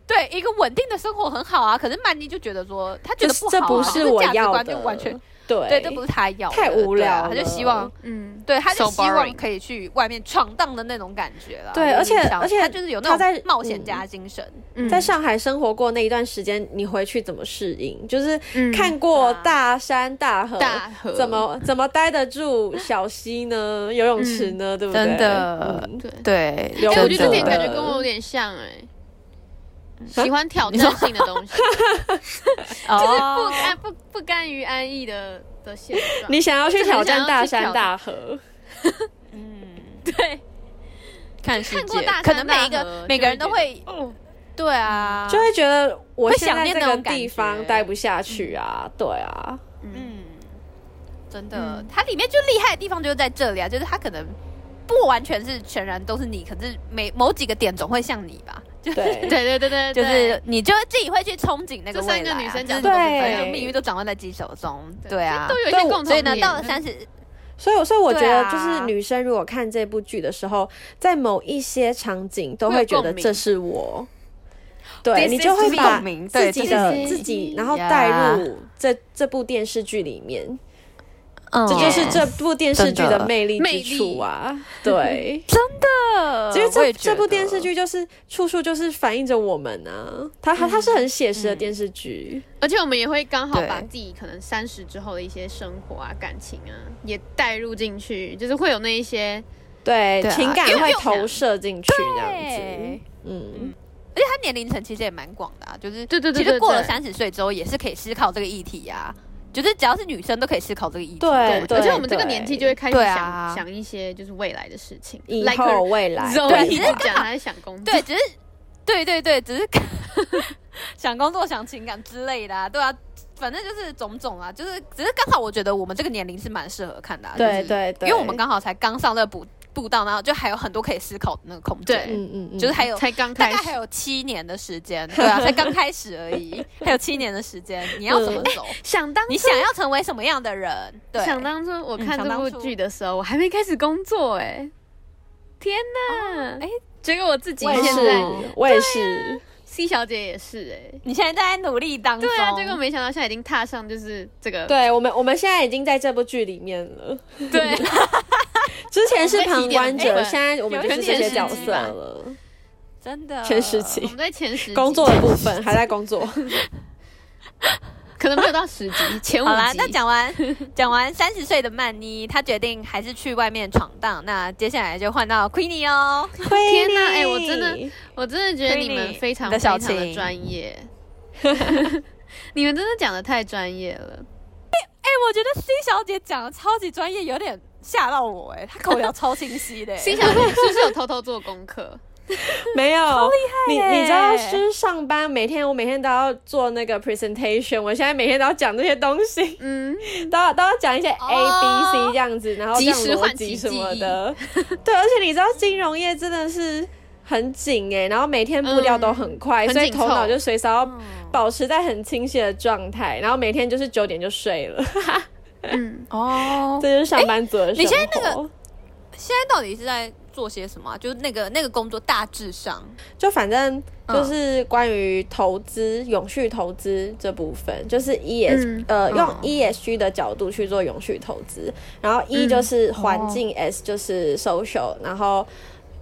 Speaker 2: 对一个稳定的生活很好啊，可是曼妮就觉得说，她觉
Speaker 4: 就
Speaker 2: 得
Speaker 4: 是
Speaker 2: 不好、
Speaker 4: 这
Speaker 2: 啊，
Speaker 4: 不
Speaker 2: 就是
Speaker 4: 我
Speaker 2: 价值
Speaker 4: 要
Speaker 2: 观
Speaker 4: 的，
Speaker 2: 就完全
Speaker 4: 对
Speaker 2: 对，这不是他要的，
Speaker 4: 太无
Speaker 2: 对啊
Speaker 4: 聊了
Speaker 2: 他就希望。
Speaker 3: 嗯，
Speaker 2: 对，他就
Speaker 3: So
Speaker 2: 希望
Speaker 3: boring
Speaker 2: 可以去外面闯荡的那种感觉啦。
Speaker 4: 对而且
Speaker 2: 就是想
Speaker 4: 而且
Speaker 2: 他就是有
Speaker 4: 他
Speaker 2: 那
Speaker 4: 在
Speaker 2: 种冒险家精神。
Speaker 3: 嗯
Speaker 4: 在上海生活过那一段时间，你回去怎么适应？就是
Speaker 3: 嗯
Speaker 4: 看过
Speaker 2: 啊
Speaker 4: 大山大河，
Speaker 2: 呃
Speaker 3: 大河
Speaker 4: 怎么怎么待得住小溪呢？游泳池呢？对不对？
Speaker 2: 真的
Speaker 4: 嗯
Speaker 3: 对。
Speaker 2: 对，
Speaker 4: 有
Speaker 3: 哎、
Speaker 4: 真
Speaker 3: 我觉得这点
Speaker 4: 的
Speaker 3: 感觉跟我有点像哎、
Speaker 2: 嗯
Speaker 3: 喜欢挑战性的 东西，就是
Speaker 2: 哦
Speaker 3: 不甘不不甘于安逸的的现状。
Speaker 4: 你想要去挑战大
Speaker 3: 就是很想要去挑战
Speaker 4: 山大河，
Speaker 3: 对，
Speaker 2: 看世
Speaker 3: 看过
Speaker 2: 界
Speaker 3: 大山
Speaker 2: 可能每一
Speaker 3: 大河
Speaker 2: 个每个人都
Speaker 3: 就
Speaker 2: 会，嗯对啊，
Speaker 4: 嗯就会觉得我
Speaker 2: 会
Speaker 4: 现
Speaker 2: 想
Speaker 4: 在
Speaker 2: 念
Speaker 4: 这
Speaker 2: 那
Speaker 4: 个
Speaker 2: 种感
Speaker 4: 地
Speaker 2: 觉
Speaker 4: 方待不下去啊，对啊，
Speaker 2: 嗯，真的，它里面就厉害的地方就是在这里啊，就是它可能不完全是全然都是你，可是每某几个点总会像你吧，就
Speaker 4: 对
Speaker 3: 对对对
Speaker 2: 嗯
Speaker 3: 对，对
Speaker 2: 就是你就会自己会去憧憬那个
Speaker 3: 这
Speaker 2: 未来啊、
Speaker 3: 三个女生
Speaker 2: 就
Speaker 3: 讲
Speaker 2: 是
Speaker 3: 的
Speaker 4: 对
Speaker 3: 都是
Speaker 2: 反
Speaker 3: 这
Speaker 2: 正
Speaker 3: 样，
Speaker 2: 命运都掌握在自己手中，对啊
Speaker 3: 其实，都有一
Speaker 4: 对
Speaker 3: 些
Speaker 4: 我
Speaker 3: 共同
Speaker 2: 所以
Speaker 3: 点。
Speaker 2: 呢，到了三十，
Speaker 4: 所以我所以我觉
Speaker 2: 对
Speaker 4: 得
Speaker 2: 啊
Speaker 4: 就是女生如果看这部剧的时候，在某一些场景都会觉
Speaker 3: 会有
Speaker 4: 得
Speaker 3: 共鸣
Speaker 4: 这是我，对
Speaker 2: This
Speaker 4: 你就
Speaker 2: is
Speaker 4: 会
Speaker 2: me
Speaker 4: 把
Speaker 2: 共鸣对
Speaker 4: 自己
Speaker 2: 这
Speaker 4: 的
Speaker 3: 是
Speaker 4: 自己，然后
Speaker 2: Yeah
Speaker 4: 带入这这部电视剧里面，
Speaker 2: 嗯
Speaker 4: 这就是这部电视剧
Speaker 2: 真
Speaker 4: 的
Speaker 2: 的
Speaker 4: 魅力
Speaker 3: 魅
Speaker 4: 之
Speaker 3: 力
Speaker 4: 处啊，对。
Speaker 2: 个
Speaker 4: 其实这这部电视，剧就是处处就是反映着我们啊，它它它是很写实的电视剧，
Speaker 3: 而且我们也会刚好把
Speaker 2: 对
Speaker 3: 自己可能三十之后的一些生活啊、感情啊，也带入进去，就是会有那一些
Speaker 4: 对
Speaker 2: 对啊
Speaker 4: 情感
Speaker 3: 因为
Speaker 4: 会
Speaker 3: 我
Speaker 4: 投射进去这样
Speaker 2: 对
Speaker 4: 子，嗯，
Speaker 2: 而且它年龄层其实也蛮广的、啊，就是
Speaker 3: 对对对
Speaker 2: 其实
Speaker 3: 对
Speaker 2: 过了
Speaker 3: 对
Speaker 2: 三十岁之后也是可以思考这个议题啊。就是只要是女生都可以思考这个议题。
Speaker 4: 对
Speaker 3: 而且我们这个
Speaker 4: 对
Speaker 3: 年纪就会开始
Speaker 2: 对
Speaker 3: 想、
Speaker 2: 啊
Speaker 3: 想一些就是未来的事情，
Speaker 4: 以
Speaker 3: like
Speaker 4: 后未来
Speaker 3: Zoe
Speaker 2: 对只是
Speaker 3: 讲他在想工作，
Speaker 2: 对，只是对对对，只是 想工作、想情感之类的、啊，对啊，反正就是种种啊，就是只是刚好我觉得我们这个年龄是蛮适合看的、啊，
Speaker 4: 对
Speaker 2: 就是
Speaker 4: 对对，
Speaker 2: 因为我们刚好才刚上那个步步道，然后就还有很多可以思考的那个空间，
Speaker 3: 对
Speaker 4: 嗯嗯嗯，
Speaker 2: 就是还有。
Speaker 3: 才刚
Speaker 2: 大
Speaker 3: 开
Speaker 2: 概还
Speaker 3: 始。
Speaker 2: 有七年的时间，对啊，才刚开始而已，还有七年的时间，你要怎么走？
Speaker 3: 想当
Speaker 2: 你想要成为什么样的人？对，
Speaker 3: 嗯想当初我
Speaker 2: 嗯
Speaker 3: 看
Speaker 2: 想
Speaker 3: 这
Speaker 2: 当
Speaker 3: 部
Speaker 2: 初
Speaker 3: 剧的时候，我还没开始工作哎、天哪！
Speaker 2: 哦
Speaker 3: 哎、结果我自己
Speaker 4: 我也
Speaker 3: 现在
Speaker 4: 是，我也是，
Speaker 3: C 小姐也是哎、
Speaker 2: 你现在在努力当中，
Speaker 3: 对啊，结果没想到现在已经踏上就是这个
Speaker 4: 对我们我们现在已经在这部剧里面了，
Speaker 3: 对
Speaker 4: 之前是旁观
Speaker 3: 我
Speaker 4: 者，
Speaker 3: 们
Speaker 4: 现在我们就是这些角色了，
Speaker 2: 真的
Speaker 4: 全时期
Speaker 3: 我们在前十集
Speaker 4: 工作的部分还在工作，
Speaker 3: 可能没有到十集，前五集。
Speaker 2: 好啦，那讲 完讲完三十岁的曼妮，她决定还是去外面闯荡。那接下来就换到 Queenie 哦，
Speaker 4: 天
Speaker 3: 哪哎我真的我真的觉得你们
Speaker 2: Queenie，
Speaker 3: 非常
Speaker 2: 你
Speaker 3: 非
Speaker 2: 的小
Speaker 3: 常的
Speaker 2: 情
Speaker 3: 专业， 你们真的讲的太专业 了。
Speaker 2: 哎、我觉得 C 小姐讲的超级专业，有点吓到我哎、她口条超清晰 的、哎
Speaker 3: C 小 姐是不是有偷偷做功课？
Speaker 4: 没有，你
Speaker 2: 耶
Speaker 4: 你知道，是上班每天我每天都要做那个 presentation，我现在每天都要讲这些东西，
Speaker 3: 嗯，
Speaker 4: 都要都要讲一些 A、
Speaker 2: 哦
Speaker 4: B、C 这样子，然后
Speaker 3: 及
Speaker 4: 这
Speaker 3: 时
Speaker 4: 样逻
Speaker 3: 唤起
Speaker 4: 辑什
Speaker 3: 记忆
Speaker 4: 么的。 对，而且你知道金融业真的是很紧哎、然后每天步调都很快，
Speaker 3: 嗯
Speaker 4: 所以
Speaker 3: 很紧
Speaker 4: 头脑
Speaker 3: 凑
Speaker 4: 就随时
Speaker 2: 哦
Speaker 4: 要保持在很清晰的状态，然后每天就是九点就睡了，
Speaker 3: 嗯
Speaker 2: 哦，
Speaker 4: 这就是上班族的生活。
Speaker 2: 你现在那个现在到底是在做些什么啊、就是那个那个工作大致上，
Speaker 4: 就反正
Speaker 3: 嗯
Speaker 4: 就是关于投资、永续投资这部分，就是 E S、
Speaker 3: 嗯
Speaker 4: 呃，用
Speaker 2: 嗯
Speaker 4: E S G 的角度去做永续投资，然后 E 就是环
Speaker 3: 哦
Speaker 4: 境、s 就是 social，然后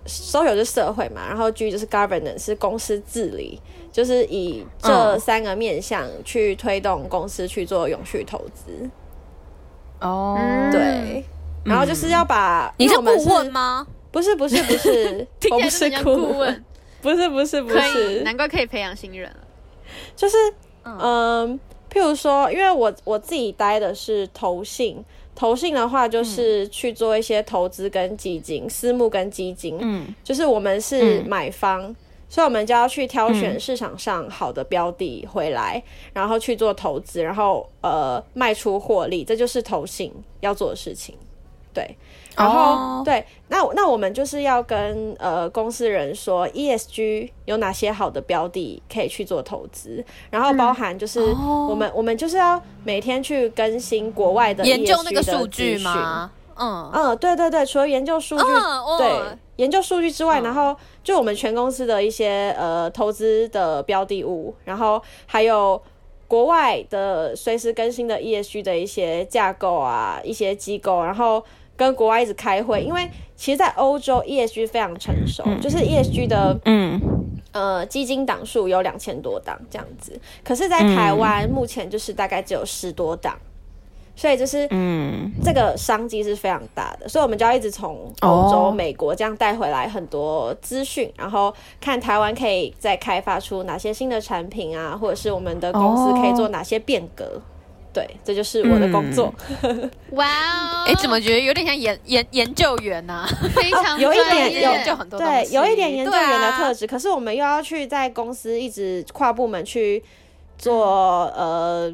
Speaker 4: social 就是社会嘛，然后 G 就是 governance 是公司治理，就是以这
Speaker 2: 嗯
Speaker 4: 三个面向去推动公司去做永续投资，
Speaker 2: 哦
Speaker 3: 嗯
Speaker 4: 对。然后就是要把，
Speaker 2: 你
Speaker 4: 因为
Speaker 2: 是
Speaker 4: 我们
Speaker 2: 顾问？吗？
Speaker 4: 不是不是不是，我不
Speaker 3: 听起
Speaker 4: 是
Speaker 3: 来就很像
Speaker 4: 顾
Speaker 3: 顾问，
Speaker 4: 不是不是不
Speaker 3: 可以，
Speaker 4: 是，
Speaker 3: 难怪可以培养新人了。
Speaker 4: 就是
Speaker 2: 嗯
Speaker 4: 嗯、譬如说，因为我我自己待的是投信，投信的
Speaker 2: 嗯
Speaker 4: 话就是去做一些投资跟基金、私募跟基金，
Speaker 2: 嗯，
Speaker 4: 就是我们是
Speaker 2: 嗯
Speaker 4: 买方。所以我们就要去挑选市场上好的标的回来，然后去做投资，然后呃卖出获利，这就是投信要做的事情。对，然后、
Speaker 2: 哦
Speaker 4: 对，那那我们就是要跟呃公司人说 ESG 有哪些好的标的可以去做投资，然后包含就是
Speaker 2: 哦
Speaker 4: 我们、我们就是要每天去更新国外的
Speaker 2: 研究
Speaker 4: ESG
Speaker 2: 那个数
Speaker 4: 的
Speaker 2: 据
Speaker 4: 资讯？
Speaker 2: 吗？嗯，
Speaker 4: 嗯，对对对，除了研究数据，
Speaker 2: 嗯哦嗯
Speaker 4: 对研究数据之外，然后就我们全公司的一些呃投资的标的物，然后还有国外的随时更新的 ESG 的一些架构啊，一些机构，然后跟国外一直开会，因为其实，在欧洲 ESG 非常成熟，就是 ESG 的
Speaker 2: 嗯，
Speaker 4: 呃基金档数有两千多档这样子，可是，在
Speaker 2: 嗯
Speaker 4: 台湾目前就是大概只有十多档。所以就是，
Speaker 2: 嗯，
Speaker 4: 这个商机是非常大的，所以我们就要一直从欧洲、
Speaker 2: 哦
Speaker 4: 美国这样带回来很多资讯，然后看台湾可以再开发出哪些新的产品啊，或者是我们的公司
Speaker 2: 哦
Speaker 4: 可以做哪些变革。对，这就是我的工作，
Speaker 2: 嗯
Speaker 3: 哇哦！
Speaker 2: 哎、怎么觉得有点像研研研究员啊呐、
Speaker 3: 非常
Speaker 4: 有一
Speaker 3: 专
Speaker 4: 点
Speaker 3: 业
Speaker 4: 有
Speaker 2: 研究很多东
Speaker 4: 对，
Speaker 2: 西，
Speaker 4: 有一点研究员
Speaker 2: 对
Speaker 4: 的
Speaker 2: 啊
Speaker 4: 特质，可是我们又要去在公司一直跨部门去做呃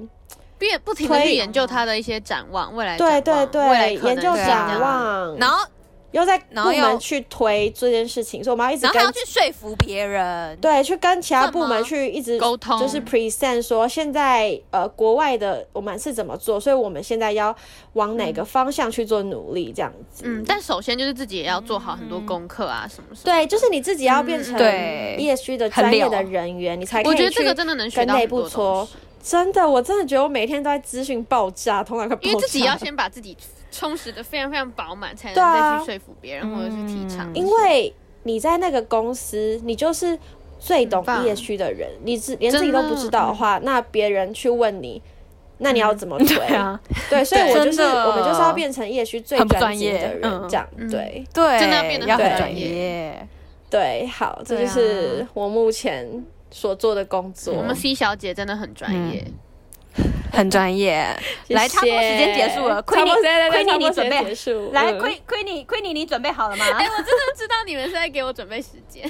Speaker 3: 并不停的去
Speaker 4: 推
Speaker 3: 研究他的一些展望，未来
Speaker 4: 对
Speaker 3: 展
Speaker 4: 对
Speaker 3: 望未来
Speaker 4: 对
Speaker 3: 可能
Speaker 4: 研究
Speaker 2: 性
Speaker 3: 是这样
Speaker 4: 展望，
Speaker 2: 然后
Speaker 4: 又在部
Speaker 2: 然后要
Speaker 4: 门去推这件事情，所以我们要一直
Speaker 2: 然后
Speaker 4: 跟
Speaker 2: 还要去说服别人，
Speaker 4: 对，去跟其他
Speaker 2: 算
Speaker 4: 部
Speaker 2: 吗
Speaker 4: 门去一直
Speaker 3: 沟通
Speaker 4: 就是 present 说现在呃国外的我们是怎么做，所以我们现在要往哪个方向去做努力，这样子。
Speaker 3: 嗯，但首先就是自己也要做好很多功课啊，什么什么。
Speaker 4: 对，就是你自己要
Speaker 3: 嗯
Speaker 4: 变成
Speaker 2: 对
Speaker 4: ESG 的
Speaker 2: 很
Speaker 4: 专业
Speaker 2: 了
Speaker 4: 的人员，你才可以
Speaker 3: 我觉得这
Speaker 4: 去
Speaker 3: 个真的能学
Speaker 4: 跟
Speaker 3: 到
Speaker 4: 内
Speaker 3: 很
Speaker 4: 部
Speaker 3: 多
Speaker 4: 搓
Speaker 3: 东西，。
Speaker 4: 真的，我真的觉得我每天都在资讯爆炸，头脑快爆炸。
Speaker 3: 因为自己要先把自己充实的非常非常饱满，才
Speaker 4: 对
Speaker 3: 能
Speaker 4: 啊
Speaker 3: 再去说服别人或者是提倡。
Speaker 4: 因为你在那个公司，你就是最懂
Speaker 3: 很棒
Speaker 4: ESG 的人，你自连自己都不知道的话，那别人去问你，那你
Speaker 3: 嗯
Speaker 4: 要怎么 推？
Speaker 2: 啊，
Speaker 4: 对，所以我就是
Speaker 2: 真的
Speaker 4: 我们就是要变成业需最
Speaker 2: 很不
Speaker 4: 专业
Speaker 2: 专业
Speaker 4: 的人，
Speaker 2: 嗯
Speaker 4: 这样
Speaker 3: 嗯
Speaker 4: 对
Speaker 2: 对，
Speaker 3: 真的要变得很
Speaker 2: 要很
Speaker 4: 专
Speaker 2: 专
Speaker 3: 业
Speaker 2: 业。
Speaker 4: 对，好，这
Speaker 2: 对
Speaker 4: 就
Speaker 2: 啊
Speaker 4: 是我目前所做的工作
Speaker 3: 嗯我。们 C 小姐真的很专业，
Speaker 2: 很专业。
Speaker 6: 谢谢
Speaker 2: 来，差不多时间结束了，亏
Speaker 6: 差
Speaker 2: 你
Speaker 6: 不多时间对
Speaker 2: 亏
Speaker 6: 对差
Speaker 2: 你
Speaker 6: 不多
Speaker 2: 你
Speaker 6: 时间
Speaker 2: 准
Speaker 6: 结
Speaker 2: 备
Speaker 6: 束
Speaker 2: 来
Speaker 6: 嗯
Speaker 2: 亏亏你亏你你准备好了吗？
Speaker 3: 真的 知道你们是在给我准备时间。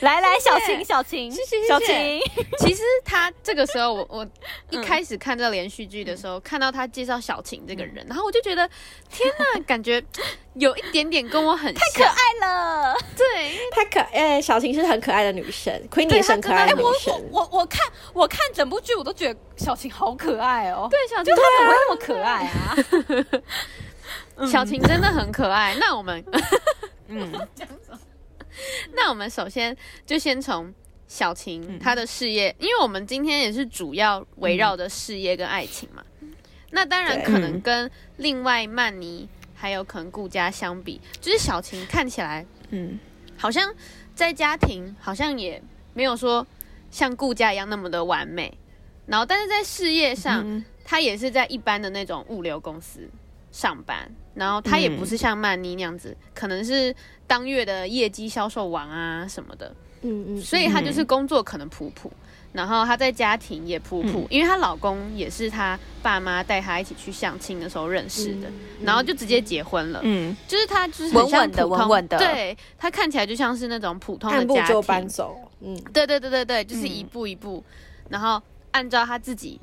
Speaker 2: 来来，小晴小晴
Speaker 3: 谢谢谢
Speaker 2: 小
Speaker 3: 谢
Speaker 2: 晴，
Speaker 3: 其实他这个时候我，我 一开始看这连续剧的时候，看到他介绍小晴这个人，然后我就觉得天呐，感觉有一点点跟我很太可爱。
Speaker 2: 爱了。
Speaker 3: 对，
Speaker 6: 她可哎、小晴是很可爱的女生，Queenie
Speaker 3: 对
Speaker 6: 也是很
Speaker 3: 她
Speaker 6: 可
Speaker 3: 可爱
Speaker 6: 爱的
Speaker 2: 哎，
Speaker 6: 女
Speaker 2: 我
Speaker 6: 生。
Speaker 2: 我我我看我看整部剧，我都觉得小晴好可爱哦。
Speaker 3: 对，小晴
Speaker 2: 她怎么会那么可爱啊？
Speaker 3: 小晴真的很可爱。那我们，
Speaker 2: 嗯，
Speaker 3: 那我们首先就先从小晴
Speaker 2: 嗯
Speaker 3: 她的事业，因为我们今天也是主要围绕着事业跟爱情嘛。那当然
Speaker 6: 对
Speaker 3: 可能
Speaker 2: 嗯
Speaker 3: 跟另外曼妮还有可能顾佳相比，就是小晴看起来
Speaker 2: 嗯，
Speaker 3: 好像在家庭好像也没有说像顾家一样那么的完美，然后但是在事业上，
Speaker 2: 嗯
Speaker 3: 他也是在一般的那种物流公司上班，然后他也不是像曼妮那样子，可能是当月的业绩销售王啊什么的，
Speaker 6: 嗯嗯，
Speaker 3: 所以她就是工作可能普普，然后她在家庭也普普，因为她老公也是她爸妈带她一起去相亲的时候认识的，然后就直接结婚了，
Speaker 2: 嗯，
Speaker 3: 就是她就是很
Speaker 2: 稳
Speaker 3: 像
Speaker 2: 稳的
Speaker 3: 普通
Speaker 2: 稳稳的
Speaker 3: 对她看起来就像是那种普通
Speaker 6: 嗯
Speaker 3: 的
Speaker 6: 按部
Speaker 3: 家
Speaker 6: 就
Speaker 3: 庭，
Speaker 6: 班走。嗯，
Speaker 3: 对对对对对，就是一
Speaker 2: 嗯
Speaker 3: 步一步，然后按照她自己，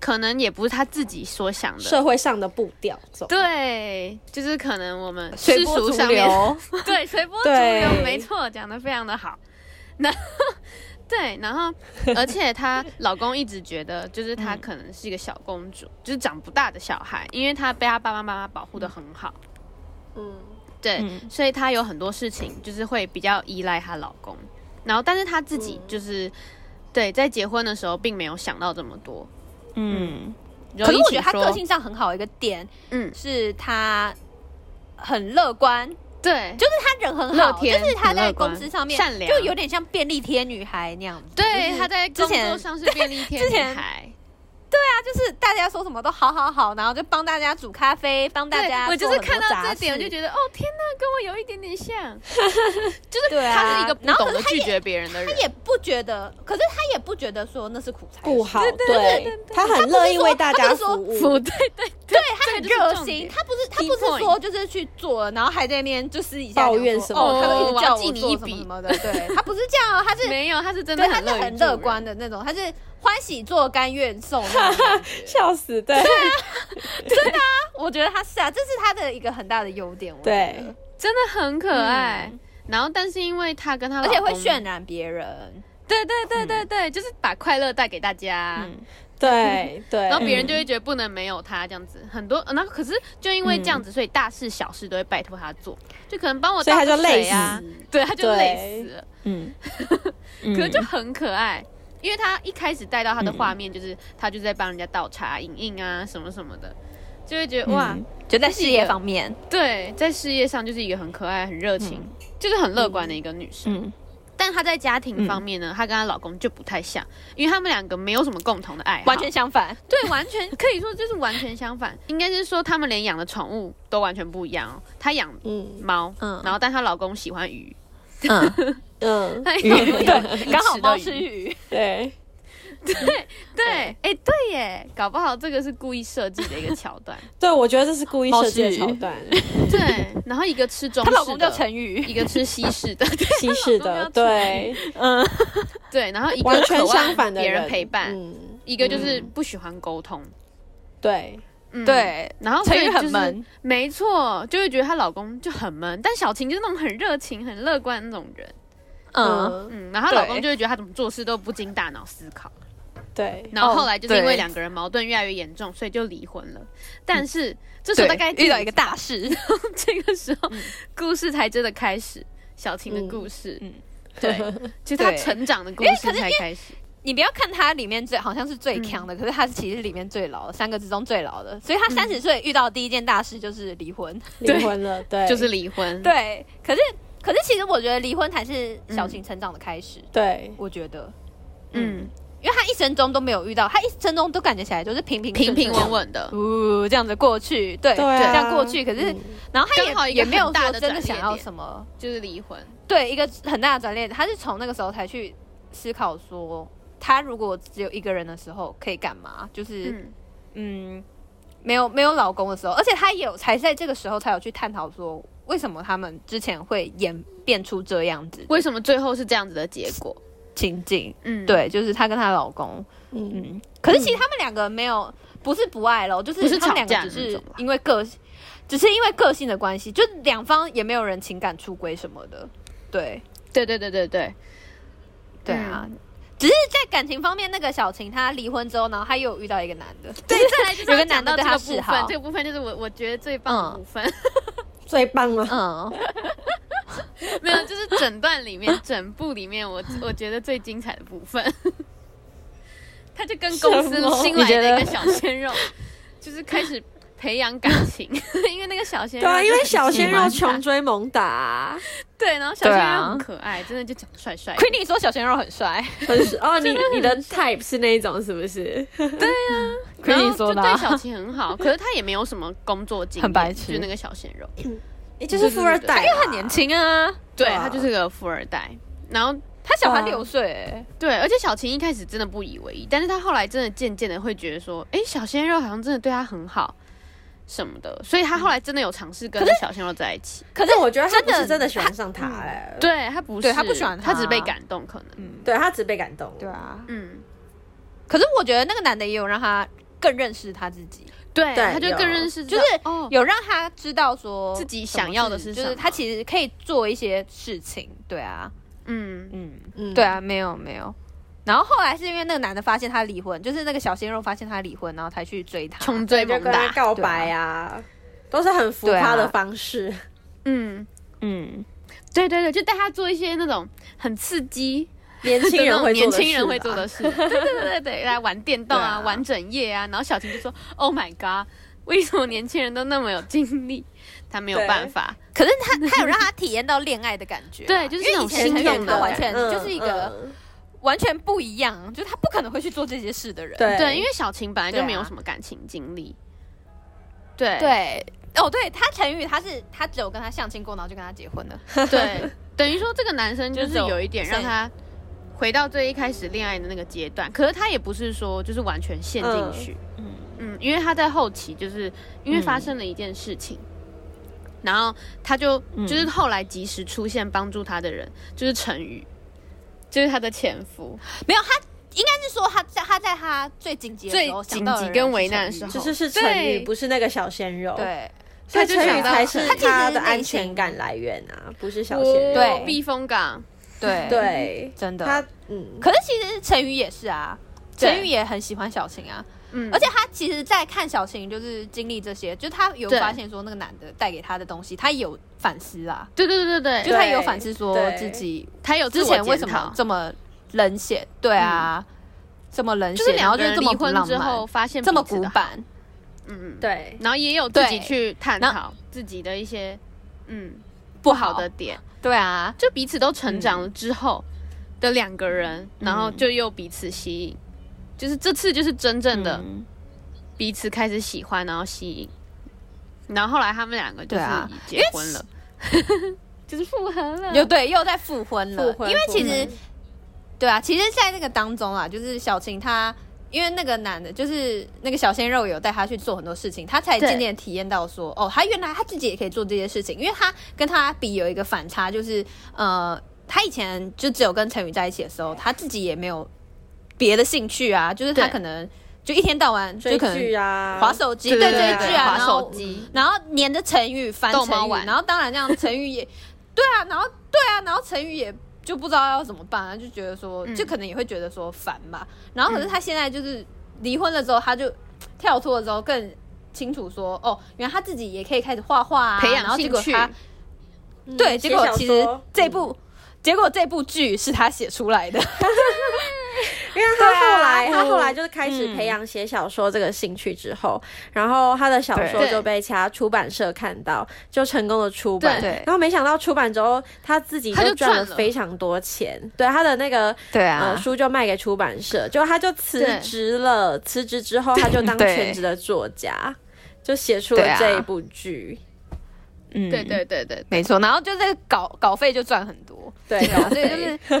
Speaker 3: 可能也不是她自己所想的，
Speaker 6: 社会上的步调走。
Speaker 3: 对，就是可能我们
Speaker 2: 随
Speaker 3: 世
Speaker 2: 波
Speaker 3: 俗
Speaker 2: 逐
Speaker 3: 上面，
Speaker 2: 流
Speaker 3: 对，随波逐
Speaker 6: 对
Speaker 3: 流，没错，讲的非常的好。然后，对，然后，而且她老公一直觉得，就是她可能是一个小公主，就是长不大的小孩，因为她被她爸爸妈妈保护的很好，
Speaker 6: 嗯，
Speaker 3: 对，
Speaker 2: 嗯
Speaker 3: 所以她有很多事情就是会比较依赖她老公。然后，但是她自己
Speaker 2: 嗯
Speaker 3: 就是、对，在结婚的时候并没有想到这么多。
Speaker 2: 嗯。
Speaker 3: 可
Speaker 2: 可是我觉得他个性上很好，一个点
Speaker 3: 嗯，
Speaker 2: 是他很乐观，
Speaker 3: 对，
Speaker 2: 就是他人很
Speaker 3: 乐
Speaker 2: 好，就
Speaker 3: 天
Speaker 2: 是他
Speaker 3: 很
Speaker 2: 在
Speaker 3: 乐观
Speaker 2: 公司上面
Speaker 3: 善良
Speaker 2: 就有点像便利贴女孩那样子。
Speaker 3: 对，
Speaker 2: 就是
Speaker 3: 她在
Speaker 2: 之
Speaker 3: 工
Speaker 2: 前
Speaker 3: 作上是便利贴
Speaker 2: 之
Speaker 3: 女
Speaker 2: 前
Speaker 3: 孩。
Speaker 2: 他就是大家说什么都好好好，然后就帮大家煮咖啡，帮大
Speaker 3: 对
Speaker 2: 家做
Speaker 3: 我就
Speaker 2: 很
Speaker 3: 是
Speaker 2: 多
Speaker 3: 看到
Speaker 2: 杂
Speaker 3: 这点，我
Speaker 2: 事
Speaker 3: 就觉得哦天哪，跟我有一点 点像，就是
Speaker 2: 对啊
Speaker 3: 他是一个不
Speaker 2: 然后
Speaker 3: 懂
Speaker 2: 可
Speaker 3: 得
Speaker 2: 是
Speaker 3: 拒绝别人的人，
Speaker 2: 他也不觉得，可是他也不觉得说那是苦差事
Speaker 6: 顾好，对，她很乐意为大家服务。
Speaker 3: 对对
Speaker 2: 对
Speaker 3: 对，
Speaker 2: 他很
Speaker 3: 这个就是
Speaker 2: 热
Speaker 3: 重
Speaker 2: 心，
Speaker 3: 点
Speaker 2: 他不是他
Speaker 3: Key
Speaker 2: 不是说就是去做了，然后还在那边就私底下
Speaker 6: 抱
Speaker 2: 讲
Speaker 6: 怨
Speaker 2: 说
Speaker 6: 什么
Speaker 2: 哦，他都一
Speaker 3: 哦
Speaker 2: 直叫
Speaker 3: 我要记
Speaker 2: 我
Speaker 3: 你
Speaker 2: 做
Speaker 3: 一
Speaker 2: 什么
Speaker 3: 笔
Speaker 2: 什么的，对他不是这样哦，他是
Speaker 3: 没有，他 是真的
Speaker 2: 对他
Speaker 3: 很
Speaker 2: 是
Speaker 3: 乐于
Speaker 2: 很
Speaker 3: 助
Speaker 2: 乐
Speaker 3: 人
Speaker 2: 观，的那种，他是欢喜做甘愿受那种感觉。
Speaker 6: 笑死，对
Speaker 2: 我觉得他是啊，这是他的一个很大的优点，我觉
Speaker 6: 对
Speaker 2: 得，
Speaker 3: 真的很可爱。然后，但是因为她跟她
Speaker 2: 嗯而且
Speaker 3: 老
Speaker 2: 会嗯
Speaker 3: 公
Speaker 2: 渲，染别人，
Speaker 3: 对对对对对，就是把快乐带给大家，
Speaker 2: 嗯
Speaker 6: 对
Speaker 3: 然后
Speaker 6: 对，
Speaker 3: 别人就会觉得不能没有她这样子，很多。然后可是就因为这样子，所以大事小事都会拜托她做，就可能帮我
Speaker 6: 所以
Speaker 3: 倒
Speaker 6: 她
Speaker 3: 个
Speaker 6: 就累
Speaker 3: 水啊，对，她就
Speaker 6: 对嗯
Speaker 3: 累死了。
Speaker 2: 嗯，
Speaker 3: 可是就很可爱，因为他一开始带到他的画面，就是、他就在帮人家倒茶、影印啊什么什么的，就会觉得哇，
Speaker 6: 嗯
Speaker 2: 嗯就在
Speaker 3: 是
Speaker 2: 事
Speaker 3: 一
Speaker 2: 业
Speaker 3: 个
Speaker 2: 方面，
Speaker 3: 对，在事业上就是一个很可爱、很热情，
Speaker 6: 嗯
Speaker 3: 就是很乐观的一个女生。
Speaker 2: 嗯
Speaker 3: 但她在家庭方面呢，她跟她老公就不太像，因为他们两个没有什么共同的爱好，
Speaker 2: 完全相反，
Speaker 3: 对，完全可以说就是完全相反，应该是说他们连养的宠物都完全不一样哦。她养
Speaker 6: 嗯
Speaker 3: 猫，
Speaker 2: 嗯
Speaker 3: 然后但她老公喜欢鱼，
Speaker 2: 嗯，
Speaker 6: 嗯，
Speaker 3: 她养了一
Speaker 2: 刚好
Speaker 3: 池的
Speaker 2: 猫吃鱼，
Speaker 6: 对，
Speaker 3: 对，哎、对耶，搞不好这个是故意设计的一个桥段。
Speaker 6: 对，我觉得这是故意设计
Speaker 2: 猫
Speaker 6: 的
Speaker 2: 是
Speaker 6: 桥段，
Speaker 3: 对，然后一个吃中
Speaker 2: 她
Speaker 3: 式的，
Speaker 2: 老公叫陈宇，
Speaker 3: 一个吃西式 的，对
Speaker 6: 西式
Speaker 3: 她
Speaker 6: 的，
Speaker 3: 老公要
Speaker 6: 对，
Speaker 2: 嗯，
Speaker 3: 对，然后一个
Speaker 6: 完全
Speaker 3: 渴望
Speaker 6: 相反的
Speaker 3: 别人陪伴，
Speaker 6: 嗯，
Speaker 3: 一个就是不喜欢沟通，
Speaker 6: 对，
Speaker 3: 嗯，
Speaker 2: 对，
Speaker 3: 然后所
Speaker 2: 陈宇
Speaker 3: 以就是
Speaker 2: 很闷，
Speaker 3: 没错，就会觉得她老公就很闷，但小晴就是那种很热情、很乐观的那种人，
Speaker 2: 嗯，
Speaker 6: 嗯，
Speaker 3: 嗯，然后她老
Speaker 2: 对
Speaker 3: 公就会觉得她怎么做事都不经大脑思考，
Speaker 6: 对，
Speaker 3: 然后
Speaker 2: 哦
Speaker 3: 后来就是因为
Speaker 2: 对
Speaker 3: 两个人矛盾越来越严重，所以就离婚了。但是这时候大概
Speaker 2: 嗯对遇到一个大事，
Speaker 3: 这个时候，故事才真的开始，小晴的故事，
Speaker 2: 嗯
Speaker 3: 对，就是她
Speaker 2: 对
Speaker 3: 成长的故
Speaker 2: 因为
Speaker 3: 事
Speaker 2: 可是
Speaker 3: 才开始。
Speaker 2: 你不要看他里面最好像是最强的，可是他其实里面最老的，三个之中最老的。所以他三十岁遇到第一件大事就是离婚，
Speaker 6: 离
Speaker 3: 对
Speaker 6: 婚了，对，
Speaker 3: 就是离婚，，嗯
Speaker 2: 对。可是可是其实我觉得离婚才是小晴成长的开始，
Speaker 6: 对，
Speaker 2: 我觉得，
Speaker 3: 嗯，
Speaker 2: 因为他一生中都没有遇到，他一生中都感觉起来就是平平
Speaker 3: 平平稳
Speaker 2: 稳。
Speaker 3: 稳的，
Speaker 2: 呜、这样子过去，对，
Speaker 6: 对啊
Speaker 2: 这样过去。可是，
Speaker 6: 嗯
Speaker 2: 然后他
Speaker 3: 刚好
Speaker 2: 也
Speaker 3: 一
Speaker 2: 也
Speaker 3: 个
Speaker 2: 没有
Speaker 3: 很大
Speaker 2: 说
Speaker 3: 的
Speaker 2: 真的
Speaker 3: 转
Speaker 2: 想
Speaker 3: 捩
Speaker 2: 要
Speaker 3: 点
Speaker 2: 什么，
Speaker 3: 就是离婚，
Speaker 2: 对，一个很大的转捩点。他是从那个时候才去思考说，他如果只有一个人的时候可以干嘛？就是
Speaker 3: 嗯，
Speaker 2: 嗯没有没有老公的时候，而且他也有才在这个时候才有去探讨说，为什么他们之前会演变出这样子
Speaker 3: 为什么最后是这样子的结果？
Speaker 2: 情景。
Speaker 3: 嗯，，
Speaker 2: 对，就是她跟她老公，
Speaker 4: 嗯，
Speaker 2: 嗯，可是其实他们两个没有，不是不爱咯，就是
Speaker 3: 不是
Speaker 2: 他们两
Speaker 3: 吵架
Speaker 2: 个只
Speaker 3: 那
Speaker 2: 是
Speaker 3: 种啦
Speaker 2: 因为个性，只是因为个性的关系，就两方也没有人情感出轨什么的，对，
Speaker 3: 对对对对对，
Speaker 2: 对啊。只是在感情方面，那个小晴她离婚之后，然后她又有遇到一个男的，对，再来 有
Speaker 3: 有
Speaker 2: 个
Speaker 3: 个
Speaker 2: 男
Speaker 3: 男
Speaker 2: 的
Speaker 3: 的
Speaker 2: 对
Speaker 3: 对
Speaker 2: 她
Speaker 3: 他
Speaker 2: 示
Speaker 3: 示
Speaker 2: 好
Speaker 3: 好，这，个部分就是我我觉得最棒的部分，
Speaker 4: 最棒了。
Speaker 2: 嗯，
Speaker 3: 没有，就是整段里面、 整部里面，我我觉得最精彩的部分， 他就跟公司
Speaker 4: 什么
Speaker 3: 新
Speaker 2: 你
Speaker 3: 来
Speaker 2: 觉
Speaker 3: 的
Speaker 2: 得
Speaker 3: 一个小鲜肉，就是开始培养感情， 因为那个小鲜
Speaker 4: 对
Speaker 3: 肉就
Speaker 4: 啊，
Speaker 3: 很
Speaker 4: 因
Speaker 3: 喜欢他，
Speaker 4: 为小鲜肉穷追猛打啊，
Speaker 3: 对，然后小鲜
Speaker 2: 对
Speaker 3: 肉
Speaker 2: 啊
Speaker 3: 很可爱，真的就长得帅帅的。
Speaker 2: Queenie 说小鲜肉很帅，
Speaker 4: 很是哦，你你的 type 是那一种是不是？
Speaker 2: 可
Speaker 3: 然
Speaker 2: 以
Speaker 3: 后
Speaker 2: 说
Speaker 3: 就
Speaker 2: 的
Speaker 3: 对
Speaker 2: 啊
Speaker 3: 小晴很好，可是他也没有什么工作经验，
Speaker 2: 很白痴
Speaker 3: 就是那个小鲜肉，
Speaker 4: 也就是富二代，因为
Speaker 2: 很年。轻啊，
Speaker 3: 对
Speaker 4: 啊
Speaker 3: 他就是个富二代。然后
Speaker 2: 她小孩
Speaker 4: 对啊
Speaker 2: 六岁、欸，
Speaker 3: 对，而且小晴一开始真的不以为意，但是他后来真的渐渐的会觉得说，哎，小鲜肉好像真的对他很好什么的，所以他后来真的有尝试跟小鲜肉在一起。
Speaker 4: 可是我觉得他
Speaker 2: 真
Speaker 4: 不
Speaker 2: 的
Speaker 4: 是真的喜欢上他哎，
Speaker 3: 对他不是，
Speaker 2: 对他不喜欢
Speaker 3: 他，
Speaker 2: 他
Speaker 3: 只被感动，可能。
Speaker 2: 嗯，
Speaker 4: 对他只被感动，
Speaker 2: 对啊，
Speaker 3: 嗯，
Speaker 2: 可是我觉得那个男的也有让她更认识她自己，
Speaker 3: 对，
Speaker 4: 对
Speaker 3: 他就更
Speaker 4: 有
Speaker 3: 认识到，
Speaker 2: 就是
Speaker 3: 哦，
Speaker 2: 有让她知道说
Speaker 3: 自己想要的
Speaker 2: 什么
Speaker 3: 是
Speaker 2: 就
Speaker 3: 什
Speaker 2: 是
Speaker 3: 么
Speaker 2: 她其实可以做一些事情，对啊，
Speaker 3: 嗯，
Speaker 2: 嗯，
Speaker 4: 嗯
Speaker 2: 对，啊，没有没有。然后后来是因为那个男的发现她离婚，就是那个小鲜肉发现她离婚，然后才去追她。
Speaker 3: 穷追
Speaker 4: 就
Speaker 3: 猛
Speaker 4: 跟他
Speaker 3: 打，
Speaker 4: 告白啊，都是很浮夸的方式。
Speaker 3: 嗯，
Speaker 2: 嗯，
Speaker 3: 对对对，就带他做一些那种很刺激，
Speaker 4: 年轻人会做的事啊
Speaker 3: 年
Speaker 4: 吧
Speaker 3: 轻人会做的事，对 对对对对，来玩电动啊，
Speaker 4: 对啊
Speaker 3: 玩整夜啊。然后小晴就说：“Oh my god，为什么年轻人都那么有精力？”他没有办法，
Speaker 2: 可是他他有让她体验到恋爱的感觉啊，
Speaker 3: 对就是
Speaker 2: 因
Speaker 3: 那
Speaker 2: 为
Speaker 3: 种
Speaker 2: 以前
Speaker 3: 心动的
Speaker 2: 她完全
Speaker 4: 嗯
Speaker 2: 就是一个
Speaker 4: 嗯
Speaker 2: 完全不一样，就是她不可能会去做这些事的人。
Speaker 4: 对
Speaker 3: 对，因为小晴本来就没有
Speaker 2: 对啊
Speaker 3: 什么感情经历，对
Speaker 2: 对，哦，对他陈宇，他是他只有跟他相亲过，然后就跟他结婚了。
Speaker 3: 对，等于说这个男生就
Speaker 2: 就是是有
Speaker 3: 有一点让他回到最一开始恋爱的那个阶段，可是他也不是说就是完全陷进去，嗯
Speaker 2: 嗯
Speaker 3: 因为他在后期就是因为发生了一件事情，
Speaker 2: 嗯
Speaker 3: 然后他就就是后来及时出现帮助他的人就是陈宇，就是他的前夫，
Speaker 2: 没有，他应该是说他在他在他最紧急的时候
Speaker 3: 最
Speaker 2: 想到的
Speaker 3: 紧急
Speaker 2: 人
Speaker 3: 跟
Speaker 2: 是
Speaker 3: 危
Speaker 2: 陈
Speaker 3: 难的
Speaker 2: 宇
Speaker 3: 时候
Speaker 4: 就是是
Speaker 3: 对
Speaker 4: 陈宇，不是那个小鲜肉。，
Speaker 2: 对
Speaker 4: 所以
Speaker 3: 他就
Speaker 4: 陈宇
Speaker 3: 想到
Speaker 4: 才是
Speaker 2: 他其实
Speaker 4: 他的
Speaker 2: 内
Speaker 4: 安
Speaker 2: 心
Speaker 4: 全感来源啊，不是小鲜肉。
Speaker 2: 对
Speaker 3: 哦避风港，
Speaker 2: 对，
Speaker 4: 对，
Speaker 2: 真的。
Speaker 4: 他嗯，
Speaker 2: 可是其实陈宇也是啊，
Speaker 3: 对
Speaker 2: 陈宇也很喜欢小晴啊，
Speaker 3: 嗯，
Speaker 2: 而且他其实，在看小晴就是经历这些，就他有
Speaker 3: 对
Speaker 2: 发现说那个男的带给他的东西，他有反思啊，
Speaker 3: 对对对对
Speaker 2: 就
Speaker 3: 对，
Speaker 2: 他有反思说
Speaker 4: 对
Speaker 2: 自己
Speaker 3: 他有自
Speaker 2: 之
Speaker 3: 我
Speaker 2: 前为
Speaker 3: 检
Speaker 2: 什
Speaker 3: 讨嗯
Speaker 2: 么这么冷血，对啊，这么冷
Speaker 3: 就是
Speaker 2: 血，然
Speaker 3: 两
Speaker 2: 后
Speaker 3: 个
Speaker 2: 就是
Speaker 3: 人
Speaker 2: 这
Speaker 3: 离
Speaker 2: 么不
Speaker 3: 婚
Speaker 2: 浪
Speaker 3: 之后
Speaker 2: 漫，
Speaker 3: 发现
Speaker 2: 这么
Speaker 3: 彼此
Speaker 2: 古
Speaker 3: 的好，
Speaker 2: 板，
Speaker 3: 嗯嗯。
Speaker 4: 对，
Speaker 3: 然后也有自己
Speaker 2: 对
Speaker 3: 去探
Speaker 2: 然
Speaker 3: 讨自己的一些嗯
Speaker 2: 不
Speaker 3: 好
Speaker 2: 好
Speaker 3: 的点，
Speaker 2: 对啊，
Speaker 3: 就彼此都成长了之后的两个人，
Speaker 2: 嗯
Speaker 3: 然后就又彼此吸引，就是这次就是真正的
Speaker 2: 嗯
Speaker 3: 彼此开始喜欢，然后吸引，然后后来他们两个就
Speaker 2: 对
Speaker 3: 是
Speaker 2: 啊
Speaker 3: 结婚了， 就是复合了，
Speaker 2: 又对，又在复婚了。
Speaker 4: 复婚
Speaker 2: 因为其实
Speaker 4: 复婚，
Speaker 2: 对啊，其实，在那个当中啊，就是小晴她，因为那个男的，就是那个小鲜肉有带她去做很多事情，她才
Speaker 3: 对
Speaker 2: 渐渐体验到说，哦，她原来她自己也可以做这些事情。因为她跟她比有一个反差，就是呃，她以前就只有跟陈宇在一起的时候，她自己也没有别的兴趣啊，就是她
Speaker 3: 对
Speaker 2: 可能就一天到晚就
Speaker 4: 追
Speaker 2: 可能
Speaker 4: 剧啊，
Speaker 2: 划手机，
Speaker 3: 对
Speaker 2: 对
Speaker 3: 对
Speaker 2: 追
Speaker 4: 这一
Speaker 2: 剧
Speaker 3: 对，
Speaker 2: 啊，
Speaker 3: 滑
Speaker 2: 然
Speaker 3: 手
Speaker 2: 后
Speaker 3: 机，
Speaker 2: 然后黏着成语翻
Speaker 3: 逗猫
Speaker 2: 成语
Speaker 3: 丸，
Speaker 2: 然后当然这样成语也对啊，然后对啊，然后成语也就不知道要怎么办啊，就觉得说
Speaker 3: 嗯
Speaker 2: 就可能也会觉得说烦吧。然后可是他现在就是离婚了之后，他就跳脱了之后更清楚说哦，原来他自己也可以开始画画啊，
Speaker 3: 培
Speaker 2: 然
Speaker 3: 养
Speaker 2: 后结
Speaker 3: 兴
Speaker 2: 果
Speaker 3: 趣，
Speaker 2: 他
Speaker 4: 嗯
Speaker 2: 对，
Speaker 4: 写
Speaker 2: 结果
Speaker 4: 小
Speaker 2: 其实
Speaker 4: 说
Speaker 2: 这部。结果这部剧是他写出来的，
Speaker 4: 因为他后来、
Speaker 2: 对啊嗯
Speaker 4: 他后来就是开始培养写小说这个兴趣之后，然后他的小说
Speaker 3: 对
Speaker 4: 就被其他出版社看到，就成功的出版。
Speaker 3: 对
Speaker 2: 对
Speaker 4: 然后没想到出版之后，他自己
Speaker 3: 他就
Speaker 4: 就赚
Speaker 3: 赚
Speaker 4: 了
Speaker 3: 了
Speaker 4: 非常多钱。对，他的那个
Speaker 2: 对啊
Speaker 4: 呃，书就卖给出版社，就他就辞
Speaker 3: 对
Speaker 4: 职了。辞职之后，他就当
Speaker 2: 对
Speaker 4: 全职的作家，就写出
Speaker 2: 对
Speaker 4: 了
Speaker 2: 啊
Speaker 4: 这一部剧。
Speaker 2: 嗯
Speaker 3: 对对对对，
Speaker 2: 没错，然后就这个稿稿费就赚很多，
Speaker 4: 对
Speaker 2: 啊对啊，所以就是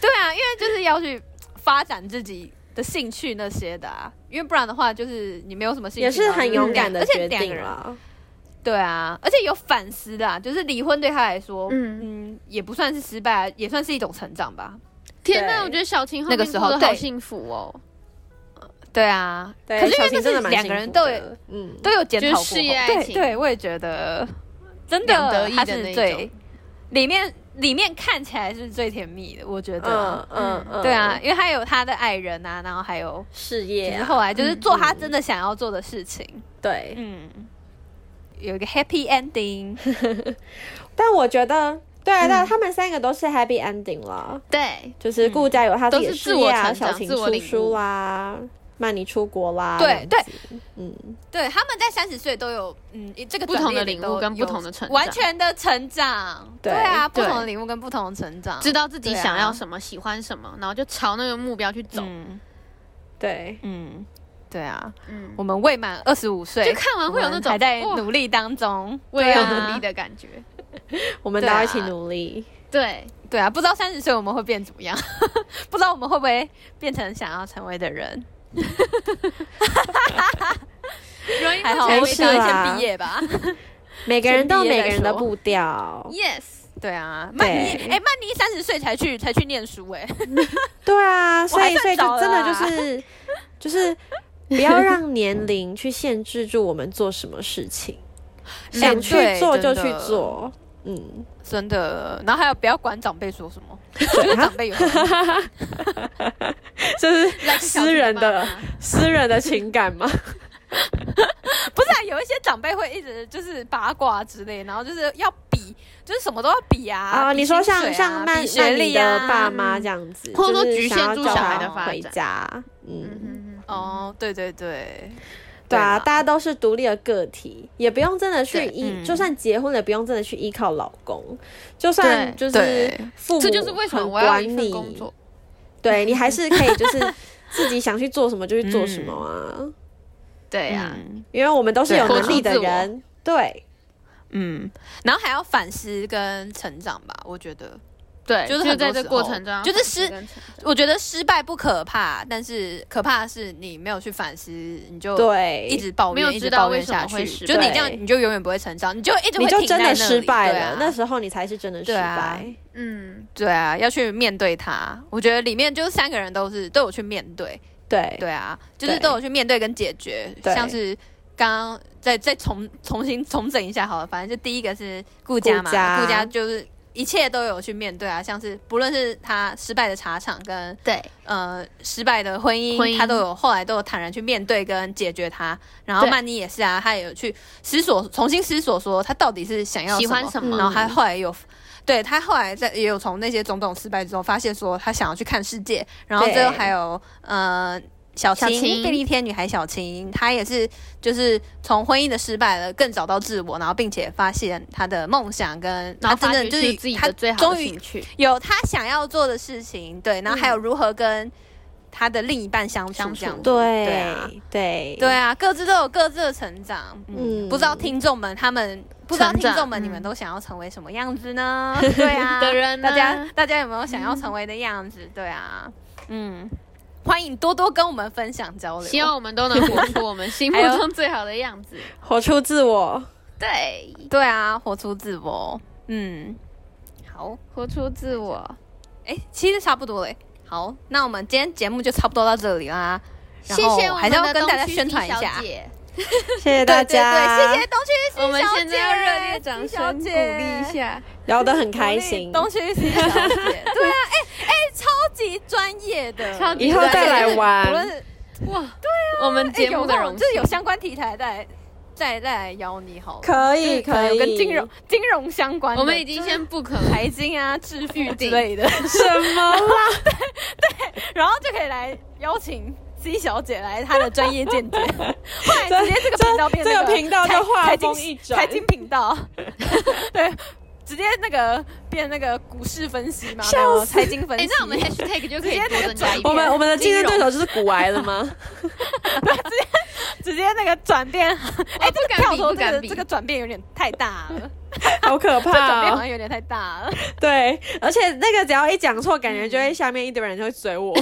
Speaker 2: 对啊，因为就是要去发展自己的兴趣那些的啊，因为不然的话，就是你没有什么兴趣，
Speaker 4: 也是
Speaker 2: 然后
Speaker 4: 很
Speaker 2: 就
Speaker 4: 勇
Speaker 2: 两
Speaker 4: 敢的
Speaker 2: 嗯而且
Speaker 4: 决
Speaker 2: 两
Speaker 4: 定
Speaker 2: 个人
Speaker 4: 啦。
Speaker 2: 对啊，而且有反思的、啊，就是离婚对他来说，
Speaker 3: 嗯
Speaker 2: 嗯也不算是失败，啊也算是一种成长吧。
Speaker 3: 天呐，
Speaker 4: 对
Speaker 3: 我觉得小晴后
Speaker 2: 那个
Speaker 3: 面
Speaker 2: 时
Speaker 3: 过
Speaker 2: 候
Speaker 3: 得好
Speaker 2: 对
Speaker 3: 幸福哦，
Speaker 2: 对啊，
Speaker 4: 对，
Speaker 2: 可是因
Speaker 4: 小
Speaker 2: 为
Speaker 4: 晴
Speaker 2: 那
Speaker 4: 真
Speaker 2: 是
Speaker 4: 的蛮
Speaker 2: 两
Speaker 4: 幸
Speaker 2: 个人
Speaker 4: 福
Speaker 2: 都
Speaker 4: 的
Speaker 2: 有
Speaker 4: 嗯，
Speaker 2: 都有检讨过
Speaker 3: 就是
Speaker 2: 后，
Speaker 3: 事业爱
Speaker 2: 对
Speaker 3: 情
Speaker 2: 对，我也觉得真
Speaker 3: 两
Speaker 2: 的
Speaker 3: 得，意
Speaker 2: 他
Speaker 3: 的那
Speaker 2: 是
Speaker 3: 一
Speaker 2: 最
Speaker 3: 种
Speaker 2: 里面里面看起来是最甜蜜的，我觉得啊、
Speaker 4: 嗯嗯嗯，
Speaker 2: 对啊，，因为他有他的爱人啊，然后还有
Speaker 4: 事业
Speaker 2: 就是
Speaker 4: 啊
Speaker 2: 后来就是做他真的想要做的事情，
Speaker 4: 对，
Speaker 2: 嗯，有一个 happy ending，
Speaker 4: 但我觉得，对啊，
Speaker 2: 嗯
Speaker 4: 但他们三个都是 happy ending 啦，
Speaker 3: 对，
Speaker 4: 就是顾家有他自己的
Speaker 3: 都是
Speaker 4: 事
Speaker 3: 自我
Speaker 4: 业啊，
Speaker 3: 成长
Speaker 4: 小晴
Speaker 3: 自我
Speaker 4: 出
Speaker 3: 领悟
Speaker 4: 书啦，曼妮出国啦，
Speaker 2: 对
Speaker 4: 这样
Speaker 2: 对
Speaker 4: 子，嗯，
Speaker 2: 对，他们在三十岁都有嗯这个
Speaker 3: 不同
Speaker 2: 转
Speaker 3: 的
Speaker 2: 捩点
Speaker 3: 领悟跟
Speaker 2: 都有
Speaker 3: 不同的成长
Speaker 2: 完全的成长，
Speaker 4: 对
Speaker 2: 啊，不
Speaker 3: 对
Speaker 2: 同的领悟跟不同的成长，
Speaker 3: 知道自己
Speaker 2: 对啊
Speaker 3: 想要什么、喜欢什么，然后就朝那个目标去走。
Speaker 2: 嗯
Speaker 4: 对，
Speaker 2: 嗯，对啊，
Speaker 3: 嗯，
Speaker 2: 我们未满二十五岁，
Speaker 3: 就看完会有那
Speaker 2: 我们
Speaker 3: 种哦
Speaker 2: 还在
Speaker 3: 哇
Speaker 2: 努力当中，
Speaker 3: 我也
Speaker 2: 对
Speaker 3: 要
Speaker 2: 啊
Speaker 3: 努力。的感觉。
Speaker 4: 我们都
Speaker 2: 对啊
Speaker 4: 要一起努力，
Speaker 3: 对，
Speaker 2: 对啊，不知道三十岁我们会变怎么样， 不知道我们会不会变成想要成为的人，
Speaker 3: 容易
Speaker 2: 还好
Speaker 3: 会
Speaker 2: 我
Speaker 4: 没
Speaker 2: 们
Speaker 4: 事
Speaker 2: 想
Speaker 4: 啦
Speaker 2: 要先毕业吧。
Speaker 4: 每个人都有每个
Speaker 2: 先
Speaker 4: 人的
Speaker 2: 毕业再说
Speaker 4: 步调，
Speaker 3: yes，
Speaker 2: 对啊，曼妮，
Speaker 4: 对
Speaker 2: 哎、曼妮三十岁才去才去念书、 哎，
Speaker 4: 对啊，所以
Speaker 2: 还算
Speaker 4: 所以就
Speaker 2: 早
Speaker 4: 真的就
Speaker 2: 啦
Speaker 4: 是就是不要让年龄去限制住我们做什么事情，想去
Speaker 2: 对
Speaker 4: 做就
Speaker 2: 真的
Speaker 4: 去做，嗯，
Speaker 2: 真的。然后还有不要管长辈说什 么，
Speaker 4: 对啊
Speaker 2: 长辈有什 么
Speaker 4: 这是
Speaker 3: 小啊
Speaker 4: 私人的
Speaker 3: 姐妈妈
Speaker 4: 私人的情感吗？
Speaker 2: 不是、啊、有一些长辈会一直就是八卦之类，然后就是要比，就是什么都要比啊。
Speaker 4: 啊，
Speaker 2: 比
Speaker 4: 你说
Speaker 2: 薪
Speaker 4: 像
Speaker 2: 水啊
Speaker 4: 像曼
Speaker 2: 比学
Speaker 4: 曼妮
Speaker 2: 历
Speaker 4: 的
Speaker 2: 啊
Speaker 4: 爸妈这样子，
Speaker 3: 或者说
Speaker 4: 就是
Speaker 3: 局
Speaker 4: 想要
Speaker 3: 限住
Speaker 4: 叫
Speaker 2: 小孩
Speaker 4: 他
Speaker 2: 的发
Speaker 4: 回
Speaker 3: 展
Speaker 4: 家，
Speaker 3: 嗯
Speaker 4: 嗯，
Speaker 3: 嗯嗯
Speaker 2: 哦，对对对，对
Speaker 4: 对啊，
Speaker 2: 啦
Speaker 4: 大家都是独立的个体，也不用真的去
Speaker 3: 对
Speaker 4: 依，
Speaker 2: 嗯
Speaker 4: 就算结婚了，也不用真的去依靠老公，就算
Speaker 3: 对
Speaker 4: 就是
Speaker 2: 对
Speaker 4: 父母
Speaker 3: 这就是为什么
Speaker 4: 很
Speaker 3: 我要一
Speaker 4: 管
Speaker 3: 份
Speaker 4: 你
Speaker 3: 工作。
Speaker 4: 对你还是可以就是自己想去做什么就去做什么 啊，
Speaker 3: 对
Speaker 2: 对啊
Speaker 3: 呀，，
Speaker 4: 因为我们都是
Speaker 2: 嗯对
Speaker 4: 有
Speaker 2: 活
Speaker 4: 能
Speaker 3: 出
Speaker 4: 力的
Speaker 3: 自我
Speaker 4: 人，对
Speaker 2: 嗯，然后还要反思跟成长吧，我觉得，
Speaker 3: 对，
Speaker 2: 就是
Speaker 3: 是
Speaker 2: 很多
Speaker 3: 在这
Speaker 2: 时
Speaker 3: 过
Speaker 2: 候
Speaker 3: 程中要
Speaker 2: 就是
Speaker 3: 反思
Speaker 2: 失
Speaker 3: 跟成长，
Speaker 2: 我觉得失败不可怕，但是可怕的是你没有去反思，你就
Speaker 4: 对，
Speaker 2: 一直抱
Speaker 3: 没
Speaker 2: 怨，
Speaker 3: 有
Speaker 2: 一
Speaker 3: 知
Speaker 2: 直
Speaker 3: 道
Speaker 2: 抱
Speaker 3: 为
Speaker 2: 怨
Speaker 3: 什么
Speaker 2: 下
Speaker 3: 会
Speaker 2: 去，
Speaker 3: 失
Speaker 2: 就你
Speaker 4: 败欸
Speaker 2: 这样，你就永远不会成长，你就一直会
Speaker 4: 你就
Speaker 2: 停
Speaker 4: 真
Speaker 2: 在
Speaker 4: 的
Speaker 2: 那
Speaker 4: 失
Speaker 2: 里
Speaker 4: 败
Speaker 2: 对
Speaker 4: 了
Speaker 2: 啊，
Speaker 4: 那时候你才是真的失
Speaker 2: 对啊
Speaker 4: 败，
Speaker 3: 嗯，
Speaker 2: 对啊，要去面对它。我觉得里面就是三个人都是都有去面对，
Speaker 4: 对
Speaker 2: 对啊，就是
Speaker 4: 对
Speaker 2: 都有去面对跟解决，
Speaker 4: 对
Speaker 2: 像是。刚刚再再重重新重整一下好了，反正就第一个是顾家嘛，
Speaker 4: 顾家
Speaker 2: 顾家就是一切都有去面对啊，像是不论是他失败的茶厂跟
Speaker 3: 对，
Speaker 2: 呃失败的婚姻，
Speaker 3: 婚姻
Speaker 2: 他都有后来都有坦然去面对跟解决它。然后
Speaker 4: 对
Speaker 2: 曼妮也是啊，她也有去思索，重新思索说她到底是想要
Speaker 3: 喜欢什么嗯
Speaker 2: 然后她后来有。对她后来在也有从那些种种失败之后，发现说她想要去看世界，然后
Speaker 4: 对
Speaker 2: 最后还有呃小青
Speaker 3: 小青
Speaker 2: 便利贴女孩小青，她也是就是从婚姻的失败了更找到自我，然后并且发现她的梦想跟
Speaker 3: 然
Speaker 2: 她
Speaker 3: 后
Speaker 2: 真
Speaker 3: 发
Speaker 2: 的
Speaker 3: 掘
Speaker 2: 就是
Speaker 3: 出自己
Speaker 2: 她
Speaker 3: 的最好
Speaker 2: 终
Speaker 3: 的
Speaker 2: 于
Speaker 3: 兴趣，
Speaker 2: 有他想要做的事情，对，然后还有如何跟他的另一半相处
Speaker 3: 相处
Speaker 2: 这样子，对啊
Speaker 4: 对对
Speaker 2: 对啊，各自都有各自的成长，嗯，
Speaker 4: 嗯
Speaker 2: 不知道听众们他们不知道
Speaker 3: 成
Speaker 2: 听
Speaker 3: 长嗯
Speaker 2: 众们你们都想要成为什么样子 呢？对啊，
Speaker 3: 的人呢
Speaker 2: 大家大家有没有想要成为的样子？对啊，嗯，欢迎多多跟我们分享交
Speaker 3: 希望
Speaker 2: 流。
Speaker 3: 我们都能活出我们心目
Speaker 2: 还有
Speaker 3: 中最好的样子。
Speaker 4: 活出 自我，
Speaker 3: 对，
Speaker 2: 对啊，活出自我，嗯，好，
Speaker 3: 活出自我。
Speaker 2: 哎，其实差不多嘞。好，那我们今天节目就差不多到这里啦。
Speaker 3: 谢
Speaker 2: 然后
Speaker 3: 谢我
Speaker 2: 还
Speaker 3: 们
Speaker 2: 是要
Speaker 3: 的
Speaker 2: 跟
Speaker 3: 东
Speaker 2: 大家
Speaker 3: 区
Speaker 2: 宣
Speaker 3: 西
Speaker 2: 传一
Speaker 3: 小
Speaker 2: 下
Speaker 3: 姐
Speaker 4: 谢谢大
Speaker 2: 对对
Speaker 4: 家，
Speaker 2: 对，谢谢东区 C
Speaker 3: 我们
Speaker 2: 小
Speaker 3: 现
Speaker 2: 姐
Speaker 3: 在要热烈掌
Speaker 2: 西小
Speaker 3: 声鼓
Speaker 2: 姐
Speaker 3: 励一下。
Speaker 4: 聊得很
Speaker 2: 鼓
Speaker 4: 开
Speaker 2: 励
Speaker 4: 心，
Speaker 2: 东区 C 小姐， 对啊，哎哎，超级专业的，
Speaker 3: 超级
Speaker 4: 以后
Speaker 3: 专
Speaker 4: 再
Speaker 3: 业
Speaker 4: 来玩
Speaker 2: 不论是
Speaker 3: 哇，对啊，我们 节
Speaker 2: 哎有
Speaker 3: 目的
Speaker 2: 空
Speaker 3: 荣幸
Speaker 2: 就是有相关题材再再再来邀你好了，
Speaker 4: 可以
Speaker 2: 就是能
Speaker 4: 可
Speaker 2: 有
Speaker 4: 以
Speaker 2: 跟金融金融相关的，
Speaker 3: 我们已经先 book 了。
Speaker 2: 财经啊、致富之类的，
Speaker 4: 什 么啦？
Speaker 2: 然后就可以来邀请 C 小姐来她的专业见解。 后来直接这个
Speaker 4: 这
Speaker 2: 频道变
Speaker 4: 这
Speaker 2: 那
Speaker 4: 个频道就
Speaker 2: 财
Speaker 4: 画
Speaker 2: 财经
Speaker 4: 风一转
Speaker 2: 财经频道， 对，直接那个变那个股市分析嘛，然后财经分
Speaker 3: 哎
Speaker 2: 析，，
Speaker 3: 那我们 hashtag 就可
Speaker 2: 直
Speaker 3: 以
Speaker 2: 接
Speaker 3: 多
Speaker 2: 那个
Speaker 3: 增加
Speaker 2: 转
Speaker 3: 一
Speaker 4: 我们
Speaker 3: 篇
Speaker 4: 我们的竞争
Speaker 3: 金
Speaker 4: 对
Speaker 3: 融
Speaker 4: 手就是古癌了 吗？
Speaker 2: 直接那个转变，哎，这
Speaker 3: 哦不
Speaker 2: 个
Speaker 3: 敢
Speaker 2: 跳
Speaker 3: 比
Speaker 2: 脱
Speaker 3: 不
Speaker 2: 这个
Speaker 3: 敢比
Speaker 2: 这个转变有点太大了，
Speaker 4: 好可
Speaker 2: 这转
Speaker 4: 怕
Speaker 2: 变好
Speaker 4: 哦！
Speaker 2: 像有点太大了。
Speaker 4: 对，而且那个只要一讲错，感觉就会下面一堆人就会追我。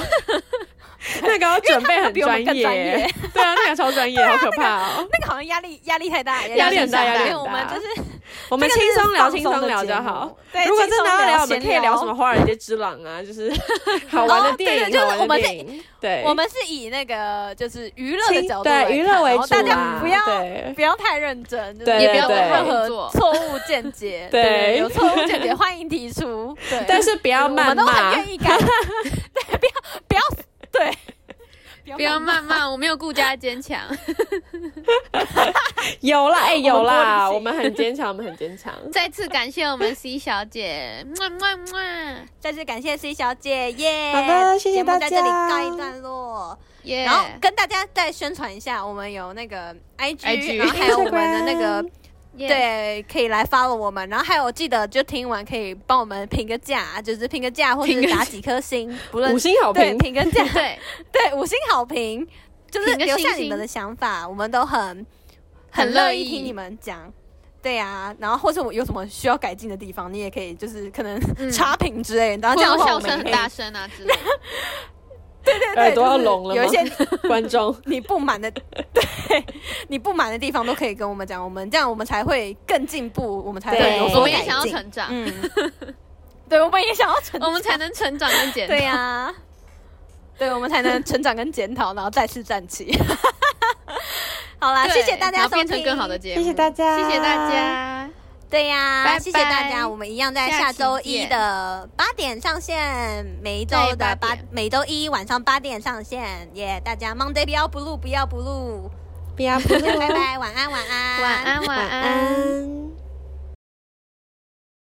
Speaker 4: 那个要准备很
Speaker 2: 比我们更专
Speaker 4: 业
Speaker 2: 业，
Speaker 4: 对啊，那个超专业，好可怕哦。
Speaker 2: 那个好像压力压力太大，
Speaker 4: 压力很大
Speaker 2: 太
Speaker 4: 压力很大
Speaker 2: 因为我们就是
Speaker 4: 我们轻松聊，轻松聊就好。。
Speaker 2: 这个就是放松的节目对，
Speaker 4: 如果真的要聊，我们可以聊什
Speaker 2: 轻松
Speaker 4: 么《
Speaker 2: 闲？
Speaker 4: 华尔街之狼》啊，就是 好玩的电影，
Speaker 2: 哦对对就是
Speaker 4: 好玩的
Speaker 2: 我们
Speaker 4: 电影对，
Speaker 2: 我们是以那个就是娱乐的
Speaker 4: 轻
Speaker 2: 角度来看，
Speaker 4: 对娱乐为
Speaker 2: 然
Speaker 4: 主
Speaker 2: 后
Speaker 4: 啊，
Speaker 2: 大家不要
Speaker 4: 对
Speaker 2: 不要太认真，就是
Speaker 4: 对
Speaker 2: 也不要有
Speaker 4: 对
Speaker 2: 任
Speaker 3: 对
Speaker 2: 何错误见 解。
Speaker 4: 对
Speaker 2: 有错误见解欢迎提出。对，
Speaker 4: 但是不要
Speaker 2: 我们
Speaker 4: 谩
Speaker 2: 都很
Speaker 4: 骂，
Speaker 2: 愿意改。对，不要不要对，
Speaker 3: 不要谩骂，我没有顾家坚强。
Speaker 4: 有啦，哎、有啦，我
Speaker 2: 我
Speaker 4: 们很坚强，我们 很坚强。
Speaker 3: 再次感谢我们 C 小姐，么么么，
Speaker 2: 再次感谢 C 小姐，耶！
Speaker 4: 好的谢谢
Speaker 2: 节目
Speaker 4: 大
Speaker 2: 在这里
Speaker 4: 家
Speaker 2: 告一段落。
Speaker 3: 耶！
Speaker 2: 然后跟大家再宣传一下，我们有那个 IG，,
Speaker 3: IG
Speaker 2: 然后还有我们的那个
Speaker 3: Yeah
Speaker 2: 对，可以来 follow 我们。然后还有记得就听完可以帮我们评个价，就是评个价或者
Speaker 3: 评个
Speaker 2: 是打几颗星， 不论
Speaker 4: 五星好
Speaker 2: 对
Speaker 4: 评，
Speaker 2: 评个价，
Speaker 3: 对，
Speaker 2: 对五星好评，就是
Speaker 3: 评个
Speaker 2: 留下
Speaker 3: 星星
Speaker 2: 你们的想法，我们都很
Speaker 3: 很
Speaker 2: 很
Speaker 3: 乐
Speaker 2: 乐意
Speaker 3: 意
Speaker 2: 听你们讲。对呀、然后或者我有什么需要改进的地方，你也可以就是可能
Speaker 3: 嗯
Speaker 2: 差评之类的，然后
Speaker 3: 或
Speaker 2: 这样
Speaker 3: 者
Speaker 2: 的话
Speaker 3: 笑
Speaker 2: 我们
Speaker 3: 声
Speaker 2: 也可
Speaker 3: 很
Speaker 2: 以
Speaker 3: 大声啊之类的。
Speaker 4: 耳朵要聋了
Speaker 2: 有
Speaker 4: 吗
Speaker 2: 一？些
Speaker 4: 观众，
Speaker 2: 你不满的，对 你不满的地方都可以跟我们讲，我们这样我们才会更进步，我们才会
Speaker 4: 对
Speaker 2: 有
Speaker 3: 我
Speaker 2: 所
Speaker 3: 们也
Speaker 2: 改
Speaker 3: 想要
Speaker 2: 进。
Speaker 3: 成长，
Speaker 2: 嗯， 对，我们也想要成
Speaker 3: 我们才能成长 跟检讨。
Speaker 2: 对呀、对，我们才能成长跟检讨，然后再次站起。好啦，
Speaker 3: 对
Speaker 2: 啊谢谢大
Speaker 3: 然
Speaker 2: 家
Speaker 3: 后
Speaker 2: 收
Speaker 3: 变
Speaker 2: 听，
Speaker 3: 成更好的。节目。
Speaker 4: 谢谢大家，
Speaker 3: 谢谢大。 家，
Speaker 2: 对呀、
Speaker 3: 拜
Speaker 2: 谢谢大
Speaker 3: 拜
Speaker 2: 家，我们一样在
Speaker 3: 下
Speaker 2: 下
Speaker 3: 期
Speaker 2: 周一
Speaker 3: 见
Speaker 2: 的八点上线，每一周
Speaker 3: 对
Speaker 2: 的
Speaker 3: 8
Speaker 2: 八
Speaker 3: 点，
Speaker 2: 每周一晚上八点上线，耶、大家 Monday 不要不录，不要不录。
Speaker 4: 不要不要，
Speaker 2: 拜拜，晚安，晚安，
Speaker 3: 晚安，晚
Speaker 4: 晚
Speaker 3: 安。
Speaker 4: 安。